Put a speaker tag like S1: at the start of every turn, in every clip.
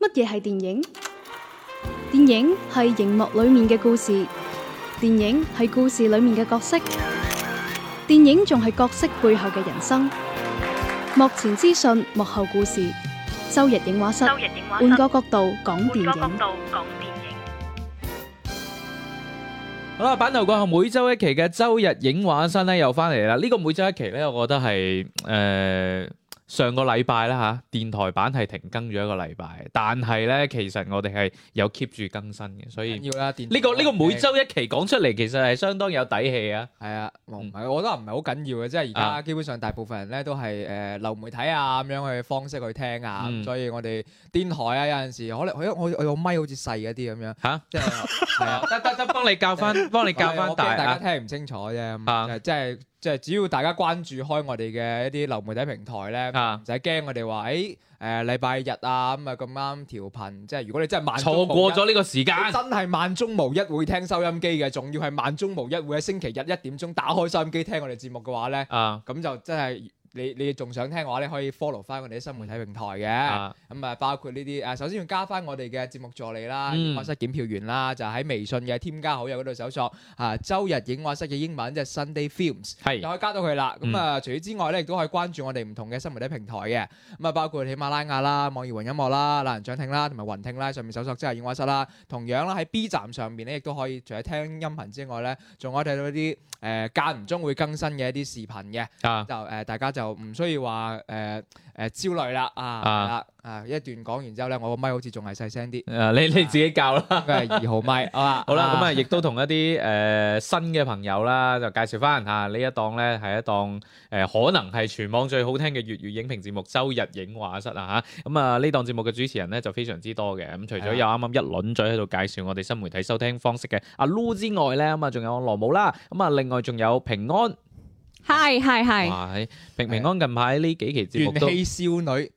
S1: 乜嘢係電影？電影係熒幕裡面嘅故事，電影係故事裡面嘅角色，電影仲係角色背後嘅人生。幕前資訊，幕後故事。周日影畫室，
S2: 周日影畫室
S1: 換個角度講電
S2: 換個角
S1: 影。
S2: 度講電影。
S3: 好啦，板頭過後每周一期嘅周日影畫室咧又翻嚟啦。呢、個每周一期咧，我覺得係诶、呃上個禮拜啦吓，電台版係停更咗一個禮拜，但係咧其實我哋係有 keep 住更新嘅，所以呢、
S4: 要啦，電啊
S3: 個呢、個每周一期講出嚟，其實係相當有底氣啊。
S4: 係啊，我唔係，我覺得唔係好緊要嘅，即係而
S3: 啊
S4: 家基本上大部分人咧都係誒流媒體啊咁樣去方式去聽啊，
S3: 嗯
S4: 咁所以我哋電台啊有陣時可能我我我個咪好似細一啲咁樣
S3: 嚇
S4: 即係係啊。
S3: 得 得得，幫你教 翻，幫你教
S4: 我
S3: 翻
S4: 驚
S3: 大
S4: 大家
S3: 啊。
S4: 聽唔清楚啫，
S3: 啊
S4: 咁就即係即係只要大家關注開我哋嘅一啲流媒體平台咧，
S3: 啊
S4: 唔使驚我哋話誒誒禮拜日啊咁啊咁啱調頻，即係如果你真係萬中
S3: 啊錯過
S4: 無一
S3: 咗呢個 時間，
S4: 你真係萬中無一會聽收音機嘅，仲要係萬中無一會喺星期日一點鐘打開收音機聽我哋節目嘅話咧，
S3: 啊
S4: 咁就真係你你仲想聽嘅話咧，可以 follow 翻我哋啲新媒體平台 嘅。
S3: 啊
S4: 咁啊，包括呢啲誒，首先要加翻我哋嘅節目助理啦，
S3: 嗯
S4: 影畫室檢票員啦，就喺微信嘅添加好友嗰度搜索啊，周日影畫室嘅英文即係 Sunday Films。
S3: 係
S4: 又可以加到佢啦。
S3: 嗯
S4: 咁啊，除此之外咧，亦都可以關注我哋唔同嘅新媒體平台嘅。咁啊，包括喜馬拉雅啦、網易雲音樂啦、懶人掌聽啦，同埋雲聽啦，上面搜索即係影畫室啦。同樣啦，喺 B 站上面咧，亦都可以除咗聽音頻之外咧，仲可以睇到一啲誒間唔中會更新嘅一啲視頻嘅。
S3: 啊
S4: 就誒、呃大家就唔需要話誒誒焦慮啦啊
S3: 啊，
S4: 係啦啊！一段講完之後咧，我個咪好似仲係細聲 啲
S3: 誒啊你你自己教啦。
S4: 應該係二號咪好啦。
S3: 好啦，咁啊，亦都同一啲誒、呃新嘅朋友啦，就介紹翻嚇呢一檔咧係一檔誒、呃可能係全網最好聽嘅粵語影評節目《周日影畫室》啊嚇。咁啊，呢檔節目嘅主持人咧就非常之多嘅。咁除咗有啱啱一輪嘴喺度介紹我哋新媒體收聽方式嘅阿 Lu 之外咧，咁啊仲有我羅姆啦，咁啊另外仲有平安，
S5: 係係
S3: 啊
S5: 係，
S3: 哇！平平安近排呢幾期節目都
S4: 元氣少女。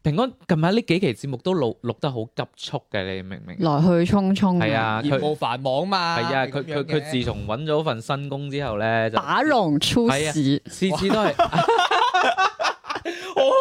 S3: 平安近排呢幾期節目都錄錄得好急促嘅，你明唔明？
S5: 來去匆匆，
S3: 係，啊，
S4: 業
S3: 佢。
S4: 務繁忙嘛，
S3: 係啊，
S4: 係
S3: 佢
S4: 咁樣
S3: 佢佢
S4: 嘅
S3: 自從揾咗份新工之後咧，就啊
S5: 把龍出屎，
S3: 次次都係 呢
S4: 哦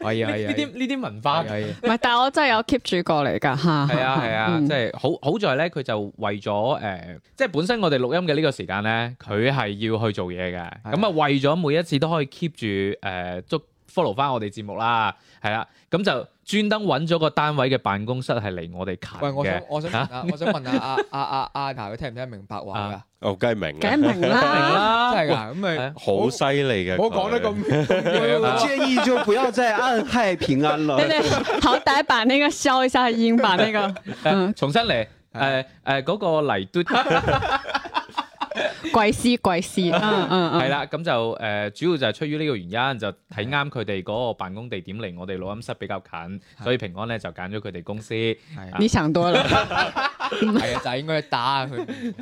S4: 係啊係啊
S3: 呢啲呢啲文化。
S4: 係啊
S5: 唔係，但係我真係有 keep 住過嚟㗎嚇。
S3: 係啊係啊，
S5: 嗯
S3: 即係好好在咧，佢就為咗誒，即係本身我哋錄音嘅呢個時間咧，佢係要去做嘢嘅。咁啊，為咗每一次都可以 keep 住誒，足 follow 翻我哋節目啦，係啦，咁就專登揾咗個單位嘅辦公室係離我哋近
S4: 喂，我想
S3: 嘅。
S4: 我想問啊，我想問啊啊啊啊啊，嗱，佢聽唔聽得明白話
S3: 啊
S4: 㗎？
S6: 我哦梗係明
S5: 梗
S3: 明
S5: 係明
S6: 啦，
S5: 啦，
S3: 啦，
S4: 真係㗎，咁咪
S3: 啊
S6: 好犀利嘅。
S4: 唔好講得咁咁樣
S6: 我
S4: 啊
S6: 建议就不要再暗害平安了
S5: 你哋好歹把那個消一下音吧，那個嗯
S3: 重新嚟誒誒嗰個 黎嘟。
S5: 貴司 貴司，嗯嗯嗯，
S3: 係，啦，咁就誒、呃主要就係出於呢個原因，就睇啱佢哋嗰個辦公地點離我哋錄音室比較近，所以平安咧就揀咗佢哋公司。
S4: 係啊
S5: 你想多了，
S4: 係啊，就係應該打下佢。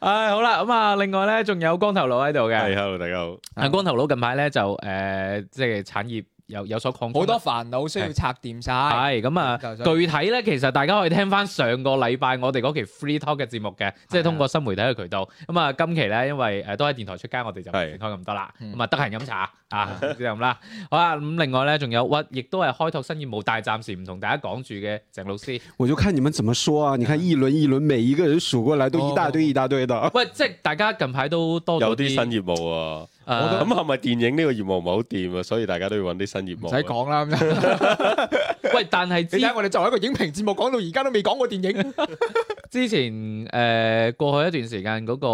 S3: 唉、好啦，咁啊，另外咧仲有光頭佬喺度
S6: 係
S3: 嘅。
S6: ，hello，大家好。
S3: 啊，光頭佬近排咧就誒、呃即係產業有有所擴
S4: 好多
S3: 多
S4: 煩惱需要拆掂晒，
S3: 係咁啊，
S4: 就想
S3: 具體咧其實大家可以聽翻上個禮拜我哋嗰期 Free Talk 嘅節目嘅，即係通過新媒體嘅渠道。咁啊，今期咧因為誒都喺電台出街，我哋就唔
S6: 係
S3: 展開咁多啦。
S4: 嗯
S3: 咁啊，得閒飲茶啊， 就咁啦。好啦，咁另外咧仲有屈，亦都係開拓新業務，但係暫時唔同大家講住嘅鄭老師。
S6: 我就看你们怎么说啊！你看一轮一轮，每一个人数过来都一大堆一大堆的。
S3: 喂，即係大家近排都啊多咗
S6: 有啲新業務喎，
S3: 誒
S6: 咁係咪電影呢個業務唔係好掂啊？所以大家都要揾啲新業
S4: 唔
S6: 務。啊
S4: 使，講啦。咁樣
S3: 啊喂，但係
S4: 你
S3: 之
S4: 睇我哋作為一個影評節目，講到而家都未講過電影。
S3: 之前誒過去一段時間嗰個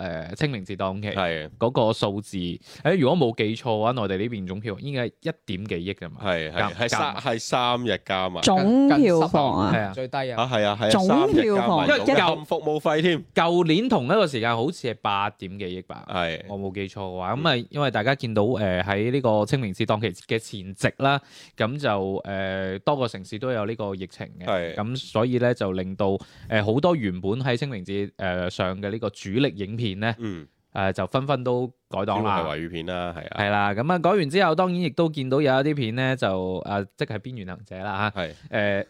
S3: 誒清明節檔期。
S6: 係
S3: 嗰個數字，誒、如果冇記錯嘅話，內地呢邊總票應該係一點幾億㗎嘛。
S6: 係
S3: 夾
S6: 係係
S3: 夾
S6: 三係三日加 埋。
S5: 總票房啊，
S3: 係啊，
S4: 最低
S6: 啊，
S4: 啊，
S6: 係啊，係啊，
S5: 總
S6: 三日
S5: 票
S6: 加
S5: 房
S6: 埋，
S3: 因為一嚿
S6: 咁服務費添。
S3: 舊年同一個時間好似係八點幾億吧，
S6: 係
S3: 我冇記錯嘅話，咁啊，因為大家見到誒喺呢個清明節檔期嘅前夕啦，咁就誒、呃多個城市都有呢個疫情嘅，
S6: 係
S3: 咁所以咧就令到誒好多原本喺清明節誒、呃上嘅呢個主力影片咧誒、
S6: 嗯，
S3: 呃就紛紛都改
S6: 主要
S3: 檔
S6: 係
S3: 啦
S6: 華。語片啦，係啊，
S3: 係啦，咁啊改完之後，當然亦都見到有一啲片咧就誒、呃即係邊緣行者啦嚇，
S6: 係
S3: 呃誒、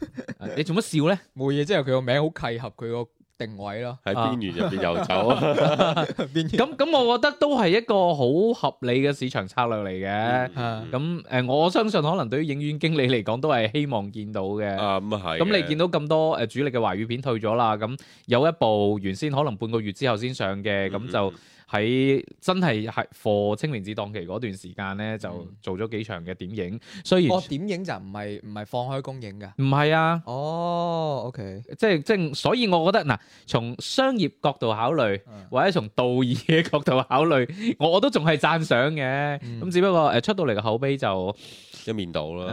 S3: 你做乜笑咧？
S4: 冇嘢，即係佢個名好契合佢個定位 咯，
S2: 喺邊緣入邊游走。
S6: 啊
S4: 邊
S3: 咁咁，我覺得都係一個好合理嘅市場策略嚟
S2: 嗯
S6: 嗯
S3: 嘅。
S4: 啊
S3: 咁誒、我相信可能對於影院經理嚟講，都係希望見到嘅。
S2: 啊咁啊係嘅。
S3: 咁你見到咁多誒呃主力嘅華語片退咗啦，咁有一部原先可能半個月之後先上嘅，咁
S2: 嗯
S3: 就喺真係係貨清明節檔期嗰段時間咧，就
S4: 嗯
S3: 做咗幾場嘅點映。雖然
S4: 哦點影就唔係唔係放開公映㗎。
S3: 唔係啊，
S4: 哦，OK，
S3: 即係即係，所以我覺得嗱，從商業角度考慮。
S4: 嗯
S3: 或者從導演嘅角度考慮，我 我都仲係讚賞嘅。咁、
S4: 嗯
S3: 只不過誒、出到嚟嘅口碑就誒、
S2: 一面倒啦。可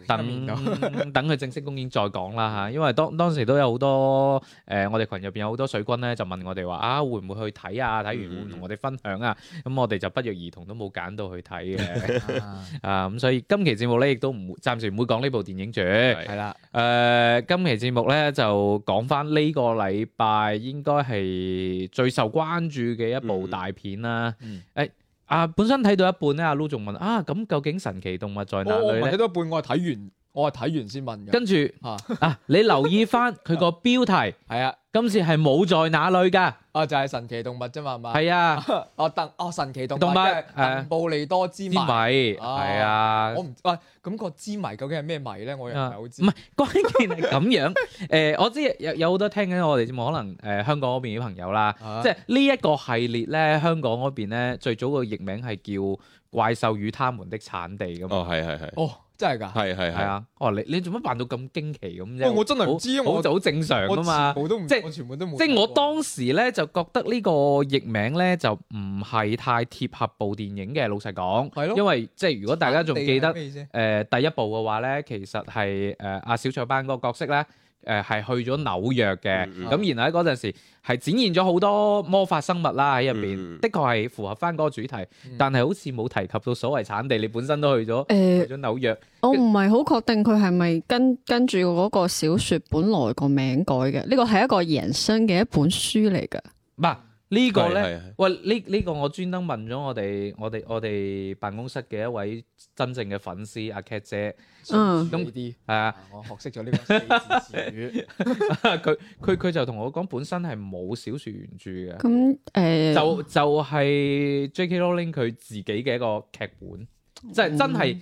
S2: 以講
S3: 等 等佢正式公映再講啦嚇。因為當當時都有好多誒、我哋群入邊有好多水軍咧，就問我哋話啊，會唔會去睇啊？睇完會唔會同我哋分享啊？咁、我哋就不約而同都冇揀到去睇 嘅
S4: 啊
S3: 啊。咁所以今期節目咧，亦都唔會暫時唔會講呢部電影住。
S2: 係
S4: 係啦，
S3: 誒、呃今期節目咧就講翻呢個禮拜應該係最受關注嘅一部
S2: 嗯
S3: 大片啦。誒、
S4: 嗯
S3: 啊，本身睇到一半咧，阿 Lu 仲問啊，咁究竟神奇動物在哪
S4: 我哦我唔
S3: 裏
S4: 係
S3: 咧？
S4: 睇到一半，我係睇完，我係睇完先問嘅。
S3: 跟住
S4: 啊
S3: 啊，你留意翻佢個標題，
S4: 係啊，
S3: 今次係冇在哪裏㗎？
S4: 啊就係神奇動物啫嘛，係嘛？
S3: 係 啊，
S4: 哦，鄧哦神奇動物，
S3: 動物
S4: 嘅
S3: 誒
S4: 鄧布利多之
S3: 啲
S4: 謎，
S3: 米
S4: 哦
S3: 係啊
S4: 我。唔喂，咁個之謎究竟係咩謎咧？我又唔係
S3: 啊
S4: 好
S3: 唔
S4: 知。
S3: 係 關鍵係咁樣，誒、我知有有好多聽緊我哋節目，可能誒、香港嗰邊嘅朋友啦，
S4: 啊
S3: 即係呢一個系列咧，香港嗰邊咧最早個譯名係叫《怪獸與他們的產地》咁。
S2: 哦，係係係
S4: 哦，真係㗎。
S2: 係係
S3: 係
S2: 係。
S3: 啊，哦，你你做乜扮到咁驚奇咁
S4: 喂
S3: 啫？
S4: 我真係唔知啊
S3: 好
S4: 我
S3: 好就好正常
S4: 我
S3: 噶嘛。
S4: 全部都唔，
S3: 啊即係
S4: 我全部都冇睇
S3: 即
S4: 過。
S3: 係我當時咧就覺得呢個譯名咧就唔係太貼合部電影嘅，老實講。
S4: 係咯
S3: 因為即係如果大家仲記得
S4: 產地係咩意啊思
S3: 誒、呃第一部嘅話咧，其實係誒阿小雀斑嗰個角色咧。誒係去咗紐約嘅，咁、
S2: 嗯嗯
S3: 然後喺嗰陣時係展現咗好多魔法生物啦喺入邊，
S2: 嗯嗯
S3: 的確係符合翻嗰個主題，
S4: 嗯
S3: 但係好似冇提及到所謂產地，你本身都去咗
S5: 诶、
S3: 去咗紐約，
S5: 我唔係好確定佢係咪跟跟住嗰個小说本來個名改嘅，呢個係一個延伸嘅一本書嚟㗎。
S3: 唔係呢個咧。
S2: 係係係
S3: 喂，呢呢、個我專登問咗我哋我哋我哋辦公室嘅一位真正嘅粉絲阿 Cat 姐，
S5: 嗯
S4: 咁呢啲
S3: 係啊，
S4: 啊，我學識咗呢個四字詞 語。
S3: 佢佢佢就同我講本身係冇小説原著嘅，
S5: 咁诶，
S3: 就就係 J.K. Rowling 佢自己嘅一個劇本，即係真係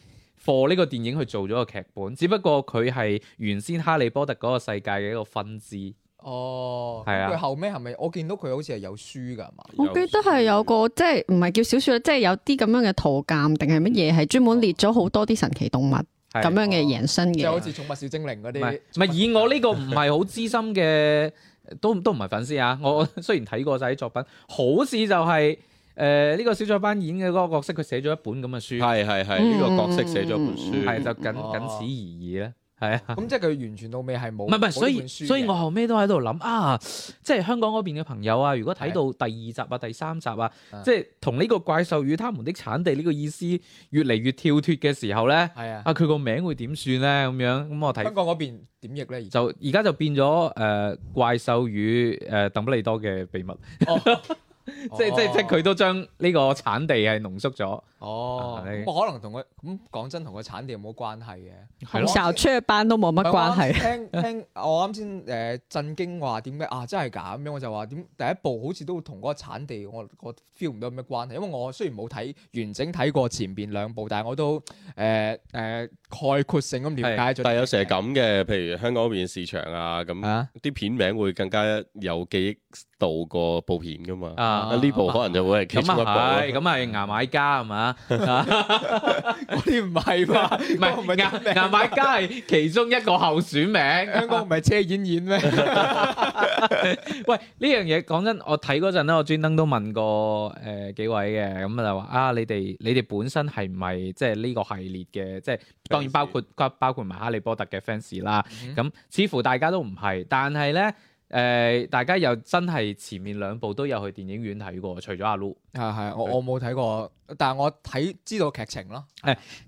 S3: for 呢個電影去做咗個劇本，只不過佢係原先哈利波特嗰個世界嘅一個分支，
S4: 哦，
S3: 係啊
S4: 佢後尾係咪？我見到佢好似係有書㗎係嘛？
S5: 我記得係有個即係唔係叫小说，即係有啲咁樣嘅圖鑑定係乜嘢，係專門列咗好多啲神奇動物咁
S3: 係
S5: 樣嘅延伸
S4: 即係好
S5: 嘅。
S4: 似寵物小精靈嗰
S3: 唔係
S4: 啲。
S3: 唔係以我呢個唔係好資深嘅，都都唔係粉絲啊！我 雖然睇過晒啲作品，好似就係誒呢個小雀斑演嘅嗰個角色，佢寫咗一本咁嘅書，
S2: 係係係呢個角色寫咗本
S5: 嗯
S3: 係
S2: 書，
S3: 就僅僅此而已咧，係啊。
S4: 咁即係佢完全到尾係冇。
S3: 唔係唔係，
S4: 冇
S3: 所
S4: 呢
S3: 以
S4: 本書
S3: 所以
S4: 嘅
S3: 我後尾都喺度諗啊，即係香港嗰邊嘅朋友啊，如果睇到第二集啊、第三集啊
S4: 啊，
S3: 即係同呢個怪獸與他們的產地呢個意思越嚟越跳脱嘅時候咧，
S4: 係啊。
S3: 啊佢個名會點算咧？咁樣咁我睇
S4: 香港嗰邊點譯咧？而家
S3: 就而家就變咗誒、呃怪獸與誒鄧不利多嘅秘密，哦 即係即係即係佢都將呢個產地係濃縮咗，
S4: 哦，
S3: 係
S4: 咁可能同佢咁講真，同個產地有冇關係嘅？
S3: 係
S5: 同
S3: 咯。
S5: 小雀斑都冇乜關係。
S4: 係。聽聽我啱先誒震驚話點解啊？真係㗎咁樣，我就話點第一部好似都同嗰個產地我我 feel 唔到有咩關係，因為我雖然冇睇完整睇過前邊兩部，但係我都誒誒、呃呃概括性咁了解咗。
S2: 但係有時係咁嘅，譬如香港嗰邊嘅市場啊，咁
S4: 啊
S2: 啲片名會更加有記憶度過部片噶嘛。
S3: 啊
S2: 啊呢部可能就會係其
S3: 咁
S2: 中一部
S3: 啊
S2: 啦
S3: 係，。咁係牙買加係嘛？
S4: 嗰啲唔係嘛？
S3: 唔
S4: 嗰個唔
S3: 係
S4: 係
S3: 牙
S4: 真名
S3: 牙買加係其中一個候選名。
S4: 香港唔係車演演咩？
S3: 喂，呢樣嘢講真，我睇嗰陣咧，我專登都問過誒、呃、幾位嘅，咁就話啊，你哋你哋本身係唔係即係呢個系列嘅，即係當然包括包括埋哈利波特嘅 fans 啦。咁、似乎大家都唔係，但係咧誒，大家又真係前面兩部都有去電影院睇過，除咗阿 Lu，
S4: 啊係，我我冇睇過，但係我睇知道劇情咯。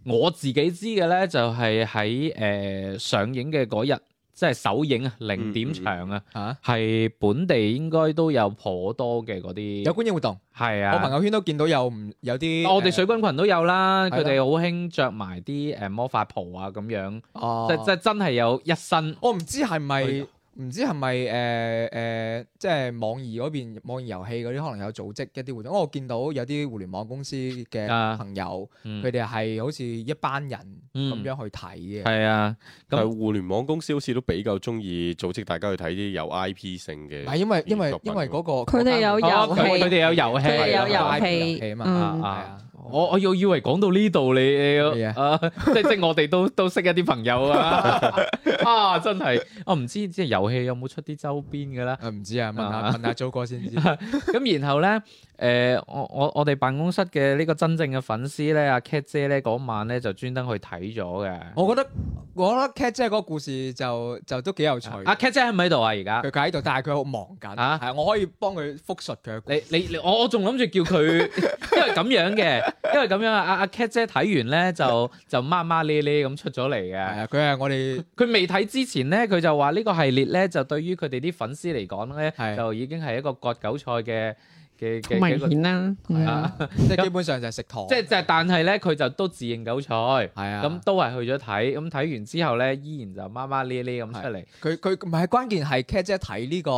S3: 我自己知嘅咧就係喺誒上映嘅嗰日，即係首映啊，零點場啊，
S4: 嚇、
S3: 係、本地應該都有頗多嘅嗰啲
S4: 有，觀影活動，
S3: 係啊，
S4: 我朋友圈都見到有唔有啲
S3: 哦我哋水軍群都有啦，
S4: 係
S3: 佢
S4: 咯
S3: 哋好興着埋啲誒魔法袍啊咁樣，
S4: 哦
S3: 即即真係有一身
S4: 我唔知係咪
S3: 去
S4: 唔知係咪誒誒，即係網易嗰邊網易遊戲嗰啲可能有組織一啲活動，因為我見到有啲互聯網公司
S3: 啊
S4: 嘅朋友，
S3: 嗯
S4: 佢哋係好似一班人
S3: 嗯
S4: 咁樣去睇嘅。
S3: 係啊，咁
S2: 但係互聯網公司好似都比較中意組織大家去睇啲有 IP 性嘅
S4: 唔。係因為因為
S2: 作品
S4: 因為嗰個
S5: 佢哋
S4: 嗰
S5: 有
S4: 間
S3: 哦
S5: 遊
S3: 佢
S5: 戲
S3: 佢哋有遊戲，
S5: 佢哋有
S4: 係啦
S5: 遊戲
S4: 遊戲啊嘛
S3: 啊
S5: 嗯
S4: 係
S3: 啊
S4: 啊！
S3: 我我要以為講到呢度你你
S4: 咩啊
S3: 啊， 即即我哋都都識一啲朋友啊， 啊真係我唔知即係遊戲有冇出啲周邊嘅啦。
S4: 啊唔知啊，問
S3: 啊
S4: 下問下周哥先知。
S3: 咁然後咧，誒、我我我哋辦公室嘅呢個真正嘅粉絲咧，阿 Cat 姐咧嗰晚咧就專登去睇咗嘅。
S4: 我覺得我覺得 Cat 姐嗰個故事就就都幾有趣。
S3: 阿 Cat 姐喺唔喺度啊？而家
S4: 佢佢喺度，但係佢好忙緊。
S3: 啊
S4: 係我可以幫佢復述佢嘅故
S3: 你你你我我仲諗住叫佢， 因為咁樣嘅，因為咁樣啊阿阿 Cat 姐睇完咧就 就麻麻咧咧咁出咗嚟
S4: 係
S3: 嘅。
S4: 啊，佢係我 哋
S3: 佢未睇之前咧，佢就話呢個系列咧就對於佢哋啲粉絲嚟講咧，
S4: 係
S3: 就已經係一個割韭菜嘅嘅嘅
S5: 好
S3: 嘅一個
S5: 明，顯啦。
S4: 係
S5: 嗯
S4: 啊，即係基本上就係食糖。
S3: 即係就係但係咧佢就都自認韭菜。
S4: 係啊，
S3: 咁都係去咗睇，咁睇完之後咧，依然就麻麻咧咧咁出嚟。
S4: 佢佢唔係關鍵係 Cat 姐睇呢、個，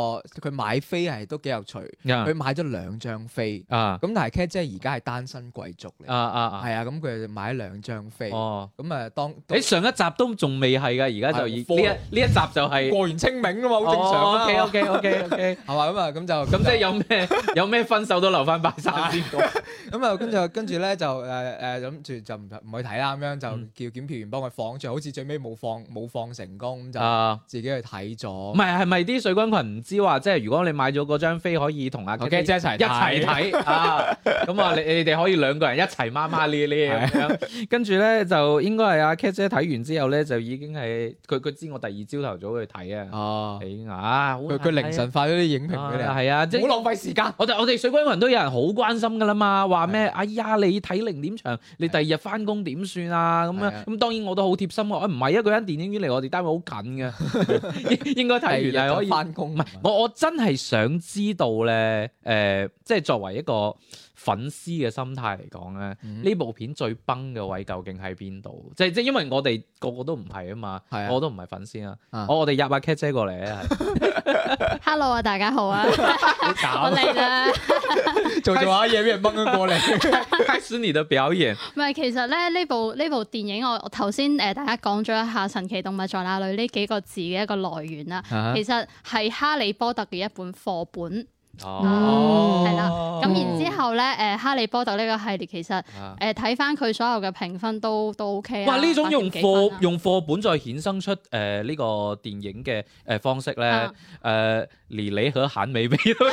S4: 佢買飛係都幾有趣，佢買咗兩張飛，
S3: 啊
S4: 咁但係 Cat 姐而家係單身貴族嚟，
S3: 啊
S4: 係
S3: 啊啊！
S4: 啊，咁佢就買咗兩張飛，咁
S3: 哦，
S4: 啊當
S3: 誒上一集都仲未係㗎，而家就已呢
S4: 係
S3: 一呢一集就係
S4: 過完清明啊嘛，好正常啦，
S3: OK
S4: 係
S3: OK OK OK，
S4: 嘛咁啊咁就
S3: 哦咁即係有咩 有咩分手都留翻拜山先講。
S4: 咁啊，跟住跟住咧就誒誒諗住就唔唔去睇啦，咁樣
S3: 嗯
S4: 就叫檢票員幫佢放住，好似最尾冇放冇放成功，咁 就
S3: 啊，
S4: 自己去睇
S3: 唔
S4: 咗。
S3: 係係咪啲水軍群唔知話，即係如果你買咗嗰張飛，可以同阿
S4: OK，即係一齊
S3: 一齊睇 啊！咁啊，你你哋可以兩個人一齊媽媽咧咧咁樣，跟住咧就應該係阿 Cat 姐睇完之後咧，就已經係佢佢知我第二朝頭早去睇啊，
S4: 哦，
S3: 已經啊，好
S4: 佢
S3: 難
S4: 佢凌晨發咗啲影
S3: 睇
S4: 評俾你
S3: 啊，
S4: 啊，
S3: 係啊，即
S4: 好
S3: 係。
S4: 浪費時間。
S3: 我哋我哋水軍群都有人好關心噶啦嘛，話
S4: 啊
S3: 咩？哎呀，你睇零點場，你第二日翻工點算啊？咁
S4: 係
S3: 樣
S4: 啊
S3: 咁當然我都好貼心喎。哎唔係啊，嗰間電影院離我哋單位好近 嘅，應應該睇
S4: 第二
S3: 完
S4: 日
S3: 係
S4: 就
S3: 可以
S4: 翻工，
S3: 唔係，我我真係想知道咧，誒、即係作為一個粉絲嘅心態嚟講咧，
S4: 嗯
S3: 呢、部片最崩嘅位究竟喺邊度？即係即係因為我哋個個都唔係啊嘛，
S4: 係啊
S3: 我都唔係粉絲啊，
S4: 啊
S3: 我我哋入阿 Cat 姐過嚟啊， 係
S7: Hello 啊，大家好啊， 我嚟啦。
S4: 做做下嘢，俾人掹 咗過嚟。
S3: 開始你的表演，
S7: 唔係，其實咧呢部呢部電影，我我頭先誒大家講咗一下《神奇動物在哪裏》呢幾個字嘅一個來源啦。
S3: 啊
S7: 其實係《哈利波特》嘅一本課本，
S5: 哦
S7: 係啦咁然之後咧，誒《哈利波特》呢個系列其實
S3: 啊
S7: 誒睇翻佢所有嘅評分都都 OK 啊
S3: 哇！呢種用
S7: 80幾分啊
S3: 課用課本再衍生出誒呢、個電影嘅誒、方式咧，誒、
S7: 啊
S3: 李李和韓美美
S7: 喂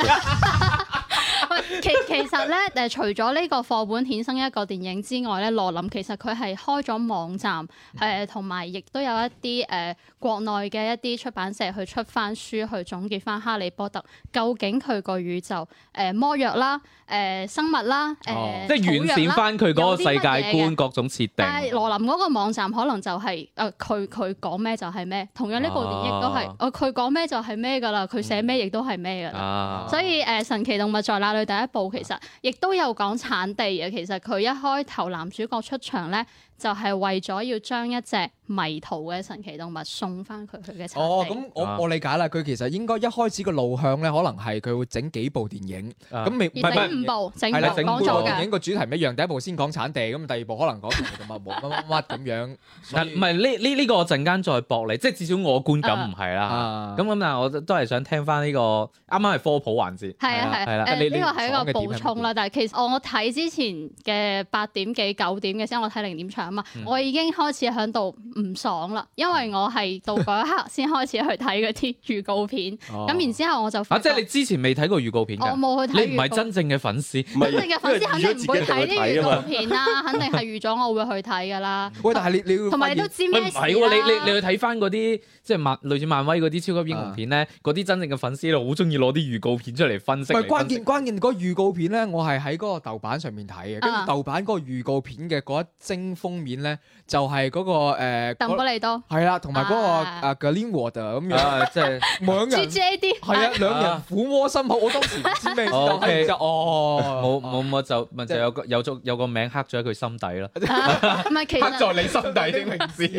S7: 其其實咧，誒除咗呢個課本衍生一個電影之外咧，羅琳其實佢係開咗網站，誒同埋亦都有一啲誒、呃、國內嘅一啲出版社去出翻書去總結翻《哈利波特》究竟佢個宇宙誒、呃魔藥啦、誒、生物啦、誒、
S4: 哦
S3: 即係完
S7: 草藥
S3: 善
S7: 啦
S3: 翻佢嗰個
S7: 有啲
S3: 世界
S7: 乜嘢
S3: 觀
S7: 嘅
S3: 各種設
S7: 但係
S3: 定。
S7: 羅琳嗰個網站可能就係誒佢佢講咩就係咩，同樣呢部電影都係
S3: 啊
S7: 哦佢講咩就係咩㗎啦，佢寫咩亦都係咩㗎啦。
S3: 啊
S7: 所以誒、呃神奇動物在哪裏》第一部其實亦都有講產地嘅。其實佢一開頭男主角出場咧，就係、為咗要將一隻迷途嘅神奇動物送翻佢去嘅產地。
S4: 哦，咁
S3: 啊
S4: 我我理解啦。佢其實應該一開始個路向咧，可能係佢會整幾部電影，
S3: 啊
S4: 咁未唔
S7: 要
S4: 係
S7: 整
S4: 唔
S7: 五
S4: 係。
S7: 部，整五
S4: 係啦，
S7: 部
S4: 整
S7: 講
S4: 部
S7: 咗
S4: 電
S7: 㗎。
S4: 影個主題唔一樣，第一部先講產地，咁第二部可能講動物冇乜乜 乜咁樣。
S3: 但唔係呢呢呢個我陣間再駁你，即係至少我觀感唔係啦。
S4: 啊，
S3: 咁咁，但係我都係想聽翻呢個啱啱係科普環節。
S7: 係啊係
S3: 係啦
S7: 啊，
S3: 但你
S7: 誒呢個係一
S4: 講嘅
S7: 個
S4: 點係乜
S7: 補充啦。但係其實我我睇之前嘅八點幾九點嘅時候，我睇零點場啊嘛，我已經開始喺度唔爽啦，因為我係到嗰一刻先開始去睇嗰啲預告片，
S4: 哦
S7: 咁然之後我就
S3: 啊，
S7: 發
S3: 即係
S7: 覺
S3: 你之前未睇過預告片
S7: 我
S3: 㗎，
S7: 冇去睇
S3: 你唔係
S7: 預告
S3: 真正嘅粉絲。
S2: 唔係
S7: 你嘅粉絲肯定唔會睇呢
S3: 啊
S7: 啲預告 片啦，肯定係預咗我會去睇噶啦。
S4: 喂，但係你你要
S7: 同埋
S4: 發
S7: 你都
S4: 現
S7: 知
S3: 喂，
S7: 咩
S3: 唔
S7: 事啊
S3: 係喎，你你
S7: 啦
S3: 你去睇翻嗰啲即係漫類似漫威嗰啲超級英雄片
S7: 啊
S3: 咧，嗰啲真正嘅粉絲咧，好中意攞啲預告片出嚟分析
S4: 唔
S3: 嚟
S4: 係
S3: 分析。
S4: 關鍵關鍵嗰個預告片咧，我係喺嗰個豆瓣上面睇嘅，跟住
S7: 啊
S4: 豆瓣嗰個預告片嘅嗰一精風面咧，就係嗰個誒
S7: 鄧布利多，
S4: 係啦，同埋嗰個
S7: 啊
S4: 啊 g l e n w a d e r 咁樣，
S3: 啊，即 係
S4: 兩
S7: 住
S4: 人
S7: J D，
S4: 係啊，兩人苦窩心口，我當時唔知咩意思，但
S3: OK
S4: 係就哦，
S3: 冇冇冇就咪就有個有咗有個名刻咗喺佢心底啦，
S7: 唔 係其實。
S3: 你心底的名字。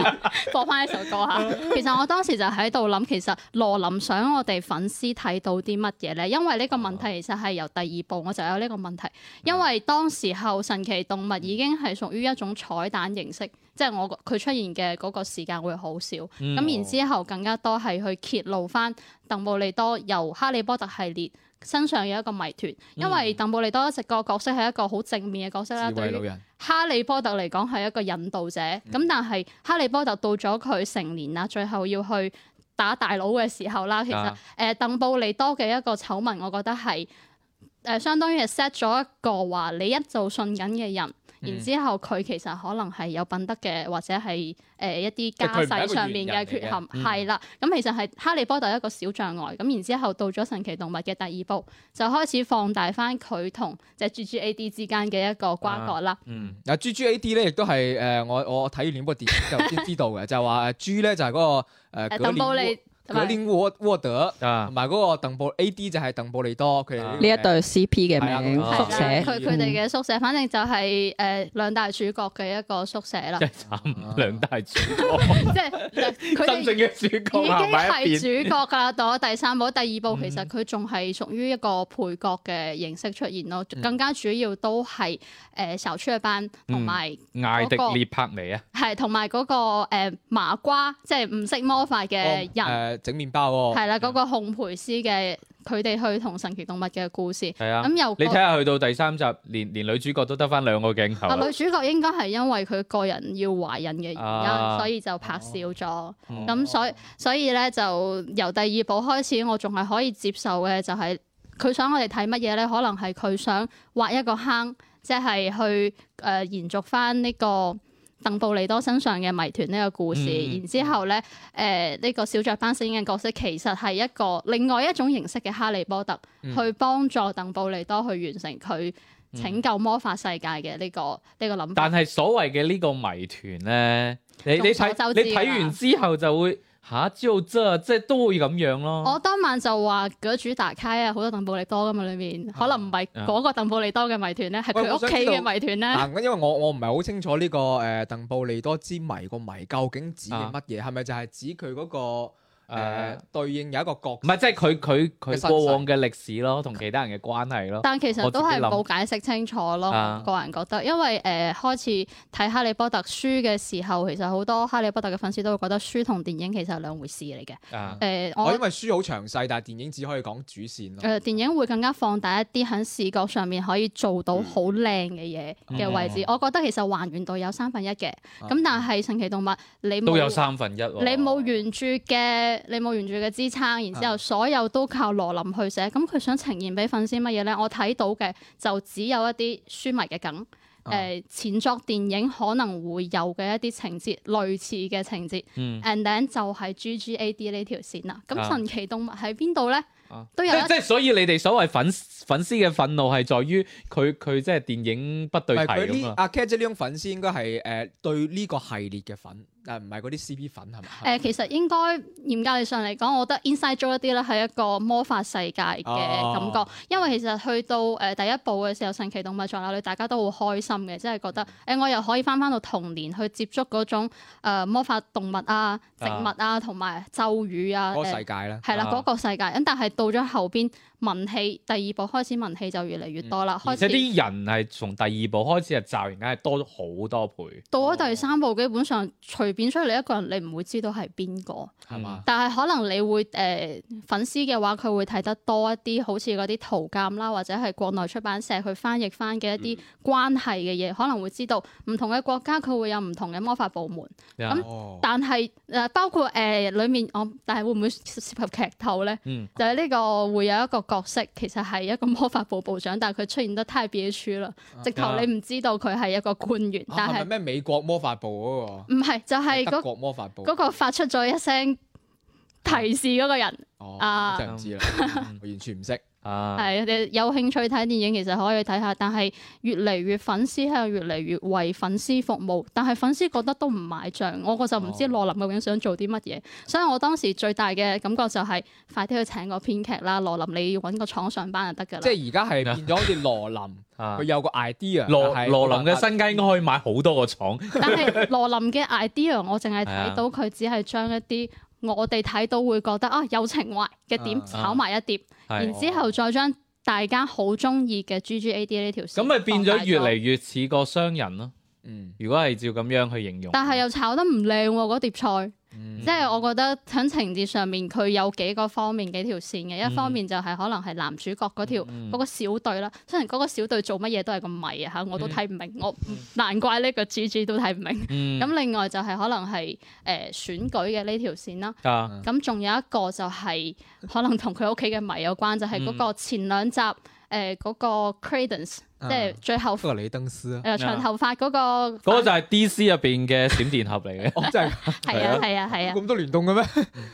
S7: 播翻呢首歌嚇。 其實我當時就喺度諗，其實羅琳想我哋粉絲睇到啲乜嘢咧？因為呢個問
S3: 啊
S7: 題其實係由第二部我就有呢個問題，因為當時候神奇動物已經係屬於一種彩蛋形式，即係我個佢出現嘅嗰個時間會好少。咁、
S3: 嗯
S7: 然之後更加多係去揭露翻鄧布利多由哈利波特系列。身上有一個謎團，因為鄧布利多一直個角色係一個好正面嘅角色啦，
S4: 智
S7: 對
S4: 慧
S7: 於
S4: 老人，
S7: 哈利波特嚟講係一個引導者，咁、但係哈利波特到咗佢成年啦，最後要去打大佬嘅時候啦，其實
S3: 啊
S7: 誒呃鄧布利多嘅一個醜聞，我覺得係誒、呃相當於係 set 咗一個話你一做信緊嘅人。
S3: 嗯
S7: 然之後，佢其實可能係有品德嘅，或者係誒、呃一啲
S3: 係
S7: 家
S3: 佢唔係一個
S7: 世上面嘅缺陷，
S3: 嗯
S7: 係啦。咁、其實係哈利波特一個小障礙。咁然之後到咗神奇動物嘅第二部，就開始放大翻佢同隻 G G A D 之間嘅一個瓜葛啦。
S3: 嗯，
S4: 嗱啊 G G A D 咧，亦都係誒我我睇完呢部電影就先知道嘅，就係話誒 G 咧就係嗰個誒呃
S7: 誒鄧布利同
S4: 格
S7: 埋
S4: 連沃沃德，
S3: 啊
S4: 同，埋嗰個鄧布 A D 就係鄧布利多，佢哋
S3: 啊
S5: 呢一
S4: 個
S5: 對 CP
S4: 係啊
S5: 嘅名
S3: 咁
S5: 宿
S7: 係
S5: 舍
S7: 啦，佢佢哋嘅宿舍，反正就係誒兩大主角嘅一個宿舍啦
S3: 真，係慘，兩大主角，
S7: 即係啊 佢哋
S3: 真正嘅主角行埋一
S7: 已
S3: 邊。嗯
S7: 經係主角㗎啦。到咗第三部、第二部，其實佢仲係屬於一個配角嘅形式出現
S3: 嗯
S7: 咯，更加主要都係誒小雀斑同
S3: 嗯
S7: 埋
S3: 艾迪列柏尼啊，
S7: 係同埋嗰個誒麻瓜，即係唔識魔法嘅
S3: 哦
S7: 人，
S4: 呃誒整麵包喎，
S3: 嗯
S7: 係啦，嗰個烘焙師嘅佢哋去同神奇動物嘅故事，
S3: 係啊，
S7: 咁又
S3: 你
S7: 各
S3: 睇下去到第三集，連連女主角都得翻兩個鏡頭
S7: 啊，
S3: 啦
S7: 女。主角應該係因為佢個人要懷孕嘅原因，
S3: 啊
S7: 所以就拍少咗。
S3: 嗯
S7: 咁、所以所以咧就由第二部開始，我仲係可以接受嘅，就係、佢想我哋睇乜嘢咧？可能係佢想挖一個坑，即係去誒、呃延續翻呢個鄧布利多身上嘅謎團呢個故事。
S3: 嗯
S7: 然之後咧，誒、呢個小雀斑飾演嘅角色其實係一個另外一種形式嘅哈利波特，
S4: 嗯
S7: 去幫助鄧布利多去完成佢拯救魔法世界嘅呢、
S4: 嗯
S7: 個呢、個諗法。
S3: 但係所謂嘅呢個謎團咧，你你
S7: 眾所周
S3: 睇
S7: 知
S3: 你睇完之後就會吓，就這即係都會咁樣咯。
S7: 我當晚就話嗰主打卡啊，好多鄧布利多噶嘛，裏面可能唔係
S3: 啊
S7: 嗰個鄧布利多嘅謎團咧，係
S4: 啊喂
S7: 佢
S4: 我
S7: 屋
S4: 想
S7: 企
S4: 知道啊
S7: 嘅謎團咧。
S4: 嗱，因為我我唔係好清楚呢個誒鄧布利多之謎個謎究竟指
S3: 啊
S4: 嘅乜嘢，係咪就係指佢嗰個誒
S3: 誒
S4: 對應有一個角
S3: 啊唔係，即係佢佢
S4: 嘅身
S3: 佢
S4: 世
S3: 過往嘅歷史咯，同其他人嘅關係咯。
S7: 但其實都係冇解釋清楚咯，
S3: 啊
S7: 我個人覺得，因為誒、呃、開始睇《哈利波特》書嘅時候，其實好多《哈利波特》嘅粉絲都會覺得書同電影其實係兩回事嚟嘅。誒、
S3: 啊，
S7: 我
S4: 我哦因為書好詳細，但係電影只可以講主線
S7: 誒、
S4: 咯。
S7: 呃、電影會更加放大一啲喺視覺上面可以做到
S3: 嗯
S7: 好靚嘅嘢嘅位置。我覺得其實還原度有三分一嘅，
S4: 啊
S7: 咁但係神奇動物你冇
S3: 都有三分一喎。
S7: 你冇原著嘅，你冇原著嘅支撐，然之後所有都靠羅琳去寫。咁佢想呈現俾粉絲乜嘢咧？我睇到嘅就只有一啲書迷嘅梗，誒、
S3: 啊
S7: 前作電影可能會有嘅一啲情節，類似嘅情節。
S3: 嗯
S7: and then 就係 G G A D 呢條線啦。咁
S3: 啊
S7: 神奇動物喺邊度咧？
S3: 啊
S7: 呃都
S3: 即
S7: 有一
S3: 即係所以你哋所謂粉粉絲嘅憤怒係在於佢佢即係電影不
S4: 唔
S3: 對題
S4: 係佢
S3: 咁
S4: 呢
S3: 啊。
S4: 阿 Cat 姐呢種粉絲應該係誒對呢個系列嘅粉，但唔係嗰啲 CP 粉係咪？
S7: 誒、呃其實應該嚴格嚟上嚟講，我覺得 Inside Joke 一啲咧係一個魔法世界嘅感覺，
S4: 哦
S7: 因為其實去到誒、呃第一部嘅時候，神奇動物在哪裏，大家都好開心嘅，即係覺得誒、我又可以翻翻到童年去接觸嗰種、呃、魔法動物啊、植物啊同埋咒語啊。
S4: 嗰個
S7: 誒
S4: 世界啦，
S7: 係啦，
S3: 啊
S7: 嗰個世界咁，但係到咗後邊文戲第二部開始文戲就越嚟越多啦，
S3: 嗯而
S7: 開
S3: 且
S7: 始
S3: 啲人係從第二部開始係驟然間係多咗好多倍。
S7: 到咗
S3: 哦
S7: 第三部，基本上隨便出嚟一個人，你唔會知道係邊個。
S4: 係嘛？
S7: 但係可能你會誒、呃粉絲嘅話，佢會睇得多一啲，好似嗰啲圖鑑啦，或者係國內出版社佢翻譯翻嘅一啲
S4: 嗯
S7: 關係嘅嘢，可能會知道唔同嘅國家佢會有唔同嘅魔法部門。
S3: 啊
S4: 哦，
S7: 但係誒、呃包括誒、呃、裡面我，但係會唔會涉及劇透咧？
S3: 嗯
S7: 就係呢個會有一個角色，其實係一個魔法部部長，但係佢出現得太憋屈啦，直頭你唔知道佢係一個官員，
S4: 啊
S7: 嗯但
S4: 係咪
S7: 係
S4: 咩美國魔法部嗰
S7: 唔係就
S4: 個？
S7: 係
S4: 德
S7: 嗰
S4: 國魔法部
S7: 嗰個發出咗一聲提示嗰個人。
S4: 哦
S7: 啊
S4: 嗯 真係唔知啦，我完全唔識。
S3: 嗯啊，
S7: 係你有興趣睇電影，其實可以睇下，但係越嚟越粉絲喺度越嚟越為粉絲服務，但係粉絲覺得都唔買帳，我個就唔知
S3: 哦
S7: 羅琳究竟想做啲乜嘢，所以我當時最大嘅感覺就係、快啲去請個編劇啦，羅琳你要揾個廠上班就得㗎啦。
S4: 即係而家係變咗好似羅琳，
S3: 啊
S4: 佢有個 idea，
S3: 羅
S4: 但係
S3: 羅琳嘅身家應該可以買好多個廠，
S7: 但 係羅琳嘅 idea，我淨係
S3: 係啊
S7: 睇到佢只係將一啲我哋睇到會覺得啊有情懷嘅點
S4: 啊
S7: 炒埋一碟，
S3: 係
S7: 然之後再將大家好中意嘅 G G A D 呢條線
S3: 咁咪變
S7: 放
S3: 咗
S7: 大
S3: 越嚟越似個商人咯。
S4: 嗯，
S3: 如果係照咁樣去形容，
S7: 但係又炒得唔靚喎嗰碟菜，
S4: 嗯
S7: 即係我覺得喺情節上面佢有幾個方面幾條線嘅，一方面就係可能係男主角嗰條
S3: 嗯
S7: 嗰個小隊啦，雖然嗰個小隊做乜嘢都係咁迷啊嚇，我都睇唔明，我難怪呢個 G G 都睇唔明。
S3: 嗯
S7: 咁另外就係可能係誒選舉嘅呢條線啦。
S3: 啊
S7: 咁仲有一個就係可能同佢屋企嘅迷有關，就係、嗰個前兩集誒嗰、個 Credence，、
S4: 啊
S7: 即係最後
S4: 不過李登斯啊，
S7: 誒長頭髮嗰、個。
S3: 嗰個就係 DC 入邊嘅閃電俠嚟嘅。
S4: 哦，真係
S7: 係啊係啊係啊！
S4: 咁多聯動嘅咩？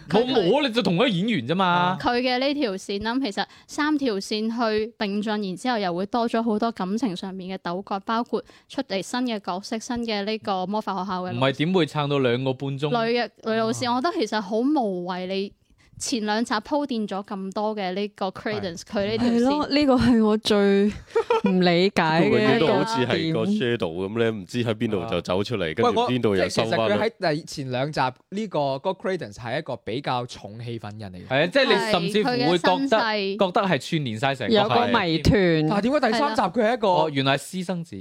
S3: 冇冇，你就同佢演員啫嘛。
S7: 佢嘅呢條線啦，其實三條線去並進，然之後又會多咗好多感情上面嘅糾葛，包括出嚟新嘅角色、新嘅呢個魔法學校嘅
S3: 唔係啊點會撐到兩個半鐘？
S7: 女嘅女老師，我覺得其實好無謂。你前兩集鋪墊咗咁多嘅呢個 Credence，佢呢條
S5: 系
S7: 線
S5: 咯，。呢個嗯係我最唔理解
S2: 永
S5: 嘅
S2: 遠
S5: 一
S2: 都
S5: 個
S2: 好似係個
S5: 點。
S2: shadow 咁咧，唔知喺邊度就走出嚟，
S4: 喂，
S2: 跟住
S4: 我
S2: 邊度
S4: 即
S2: 又
S4: 係其
S2: 收啊
S4: 實
S2: 翻
S4: 佢
S2: 啦。
S4: 喺第前兩集呢個個 Credence 係一個比較重氣氛人嚟嘅，
S3: 係啊，即係
S7: 係
S3: 你甚至乎會覺
S7: 佢嘅
S3: 得
S7: 身世
S3: 覺得係串連晒成個
S5: 有個
S3: 系列
S5: 谜
S4: 但係
S5: 團，
S4: 點解第三集佢係一個
S3: 哦，原來係私生子，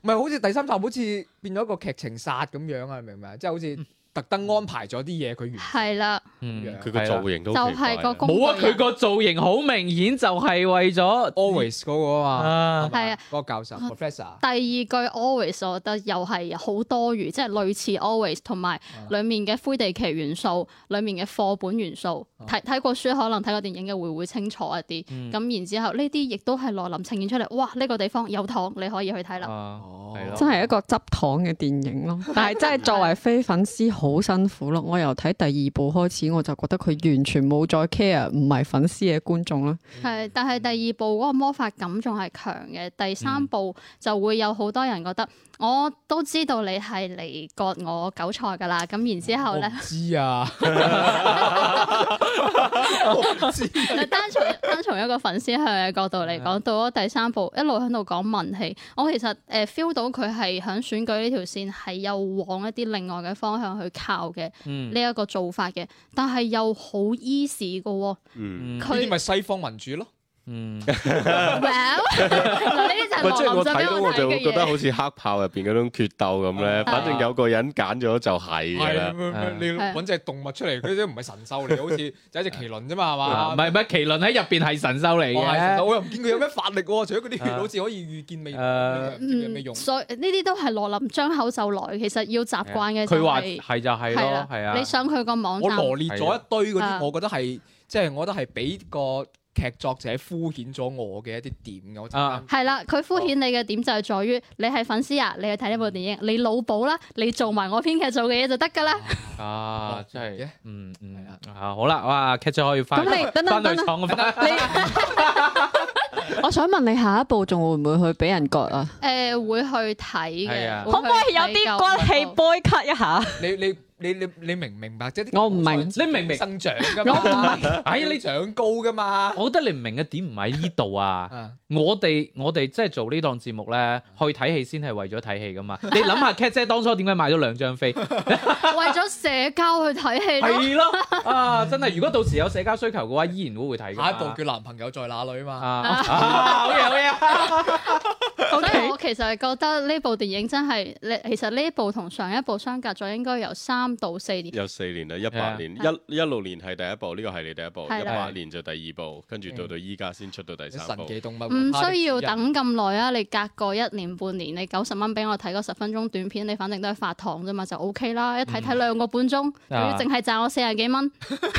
S4: 唔係好似第三集好似變咗一個劇情殺咁樣啊？明唔明啊？即係好似特登安排咗啲嘢佢完。
S7: 係啦，
S3: 嗯，
S2: 佢個
S3: 係啦
S2: 造型都
S7: 就
S2: 好奇怪
S7: 係個
S2: 啊
S7: 工具
S3: 冇啊，
S7: 人
S3: 佢個造型好明顯就係為咗
S7: 哦
S4: Always 嗰個啊嘛，
S3: 啊，
S4: 係
S7: 係
S4: 嘛
S7: 啊，
S4: 嗰個教授 professor
S7: 第二句 always 我覺得又係好多餘，即係類似 always 同埋裡面嘅灰地奇元素、裡面嘅課本元素，睇睇過書可能睇過電影嘅會會清楚一啲。咁、
S3: 嗯
S7: 然之後呢啲亦都係羅琳呈現出嚟，哇！呢、個地方有糖，你可以去睇啦。
S3: 啊
S4: 哦
S3: 係咯
S5: 真係一個執糖嘅電影咯。但係真係作為非粉絲好辛苦咯。我由睇第二部開始，我就覺得佢完全冇再 care 唔係粉絲嘅觀眾啦。
S7: 係，但係第二部嗰個魔法感仲係強嘅，第三部就會有好多人覺得，我都知道你係嚟割我韭菜㗎啦，咁然之後
S4: 我
S7: 咧
S4: 唔。知啊，
S7: 單從單從一個粉絲向嘅角度嚟講，到咗第三步一路喺度講民氣，我其實誒 feel 到佢係響選舉呢條線係又往一啲另外嘅方向去靠嘅
S3: 嗯
S7: 呢一個做法嘅，但係又好 easy 嘅喎。
S2: 嗯，
S3: 嗯
S4: 呢啲
S7: 佢
S4: 咪西方民主咯。
S3: 嗯
S7: well 嗱呢啲
S2: 喂
S7: 就
S2: 即係我
S7: 係羅林想
S2: 睇
S7: 俾
S2: 到
S7: 我
S2: 我
S7: 睇
S2: 就會覺
S7: 嘅
S2: 得
S7: 嘢。嗯
S2: 好似黑豹入邊嗰種決鬥咁咧，
S4: 啊
S2: 反正有個人揀咗就係㗎
S4: 係啊
S2: 啦。
S4: 你你
S7: 係
S4: 揾隻動物出 嚟，佢都唔係神獸嚟，好似就係一隻麒麟啫嘛，係
S3: 啊
S4: 嘛？
S3: 唔係唔係，麒麟喺入邊係神獸嚟
S4: 我哦係神獸，
S3: 嘅，
S4: 我又唔見佢有咩法力喎，除咗嗰啲 血
S3: 啊
S4: 好似可以預見未來，
S3: 誒
S4: 唔知佢有咩用？
S7: 嗯所以呢啲都係羅琳張口就來，其實要習慣嘅就
S3: 佢話
S7: 係
S3: 係就係咯，係啊
S7: 你，上佢個網
S4: 我
S7: 站，
S4: 羅列咗一堆嗰
S7: 嗯
S4: 啲，
S7: 係啊
S4: 我覺得係即係我覺得係俾個劇作者敷衍咗我嘅一啲點嘅，我真係
S3: 啊
S7: 係啦，佢敷衍你嘅點就係在於你係粉絲啊，你去睇呢部電影，你腦補啦，你做埋我編劇做嘅嘢就得㗎啦。
S3: 啊，真係
S4: 嘅，
S3: 嗯嗯
S4: 係啊
S3: 啊，好啦，哇，catch 可以翻
S5: 咁你等等
S3: 翻
S5: 等
S3: 去
S5: 等，
S3: 廠 翻，
S5: 我想問你下一部仲會唔會去俾人割啊？
S7: 誒、會去睇
S3: 係
S7: 嘅
S3: 啊，
S7: 會
S5: 可唔可以有
S7: 去睇
S5: 啲
S7: 舊
S5: 骨氣
S7: 嗰部
S5: boy cut 一下？
S4: 你你你你你明唔明白？即係啲
S5: 我唔明
S3: 你明唔明？
S4: 生長㗎 嘛，
S3: 哎
S4: 係
S3: 你
S4: 你長高噶嘛？
S3: 我覺得你唔明嘅點唔喺呢度 啊！
S4: 啊
S3: 我哋我哋即係做呢檔節目咧，去睇戲先係為咗睇戲噶嘛。 你諗下 Cat 姐當初點解買咗兩張 飛？
S7: 為咗社交去睇戲 咯。
S3: 係咯，啊真係！如果到時有社交需求嘅話，依然會會睇㗎嘛。
S4: 下一步叫男朋友在哪裏
S3: 啊
S4: 嘛？
S3: 啊！好嘢好嘢！
S7: 所 以我其實覺得呢部電影真係，你其實呢部同上一部相隔咗應該由三到四年。
S2: 有四年啦，一八
S4: 啊
S3: Yeah
S2: 年一一六年係第一部，呢個系列第一部，
S7: 係
S2: 一
S7: 啦嗯
S2: 八年就第二部，跟住到到依家先出到第三
S4: 神
S2: 部。
S4: 奇動物和
S7: 唔
S4: 它的
S7: 需要
S4: 主人
S7: 等咁耐啊！你隔個一年半年，你九十蚊俾我睇嗰十分鐘短片，你反正都係發糖啫嘛，就 O K 啦。一睇
S3: 嗯
S7: 睇兩個半鐘，仲要淨係賺我四十幾蚊。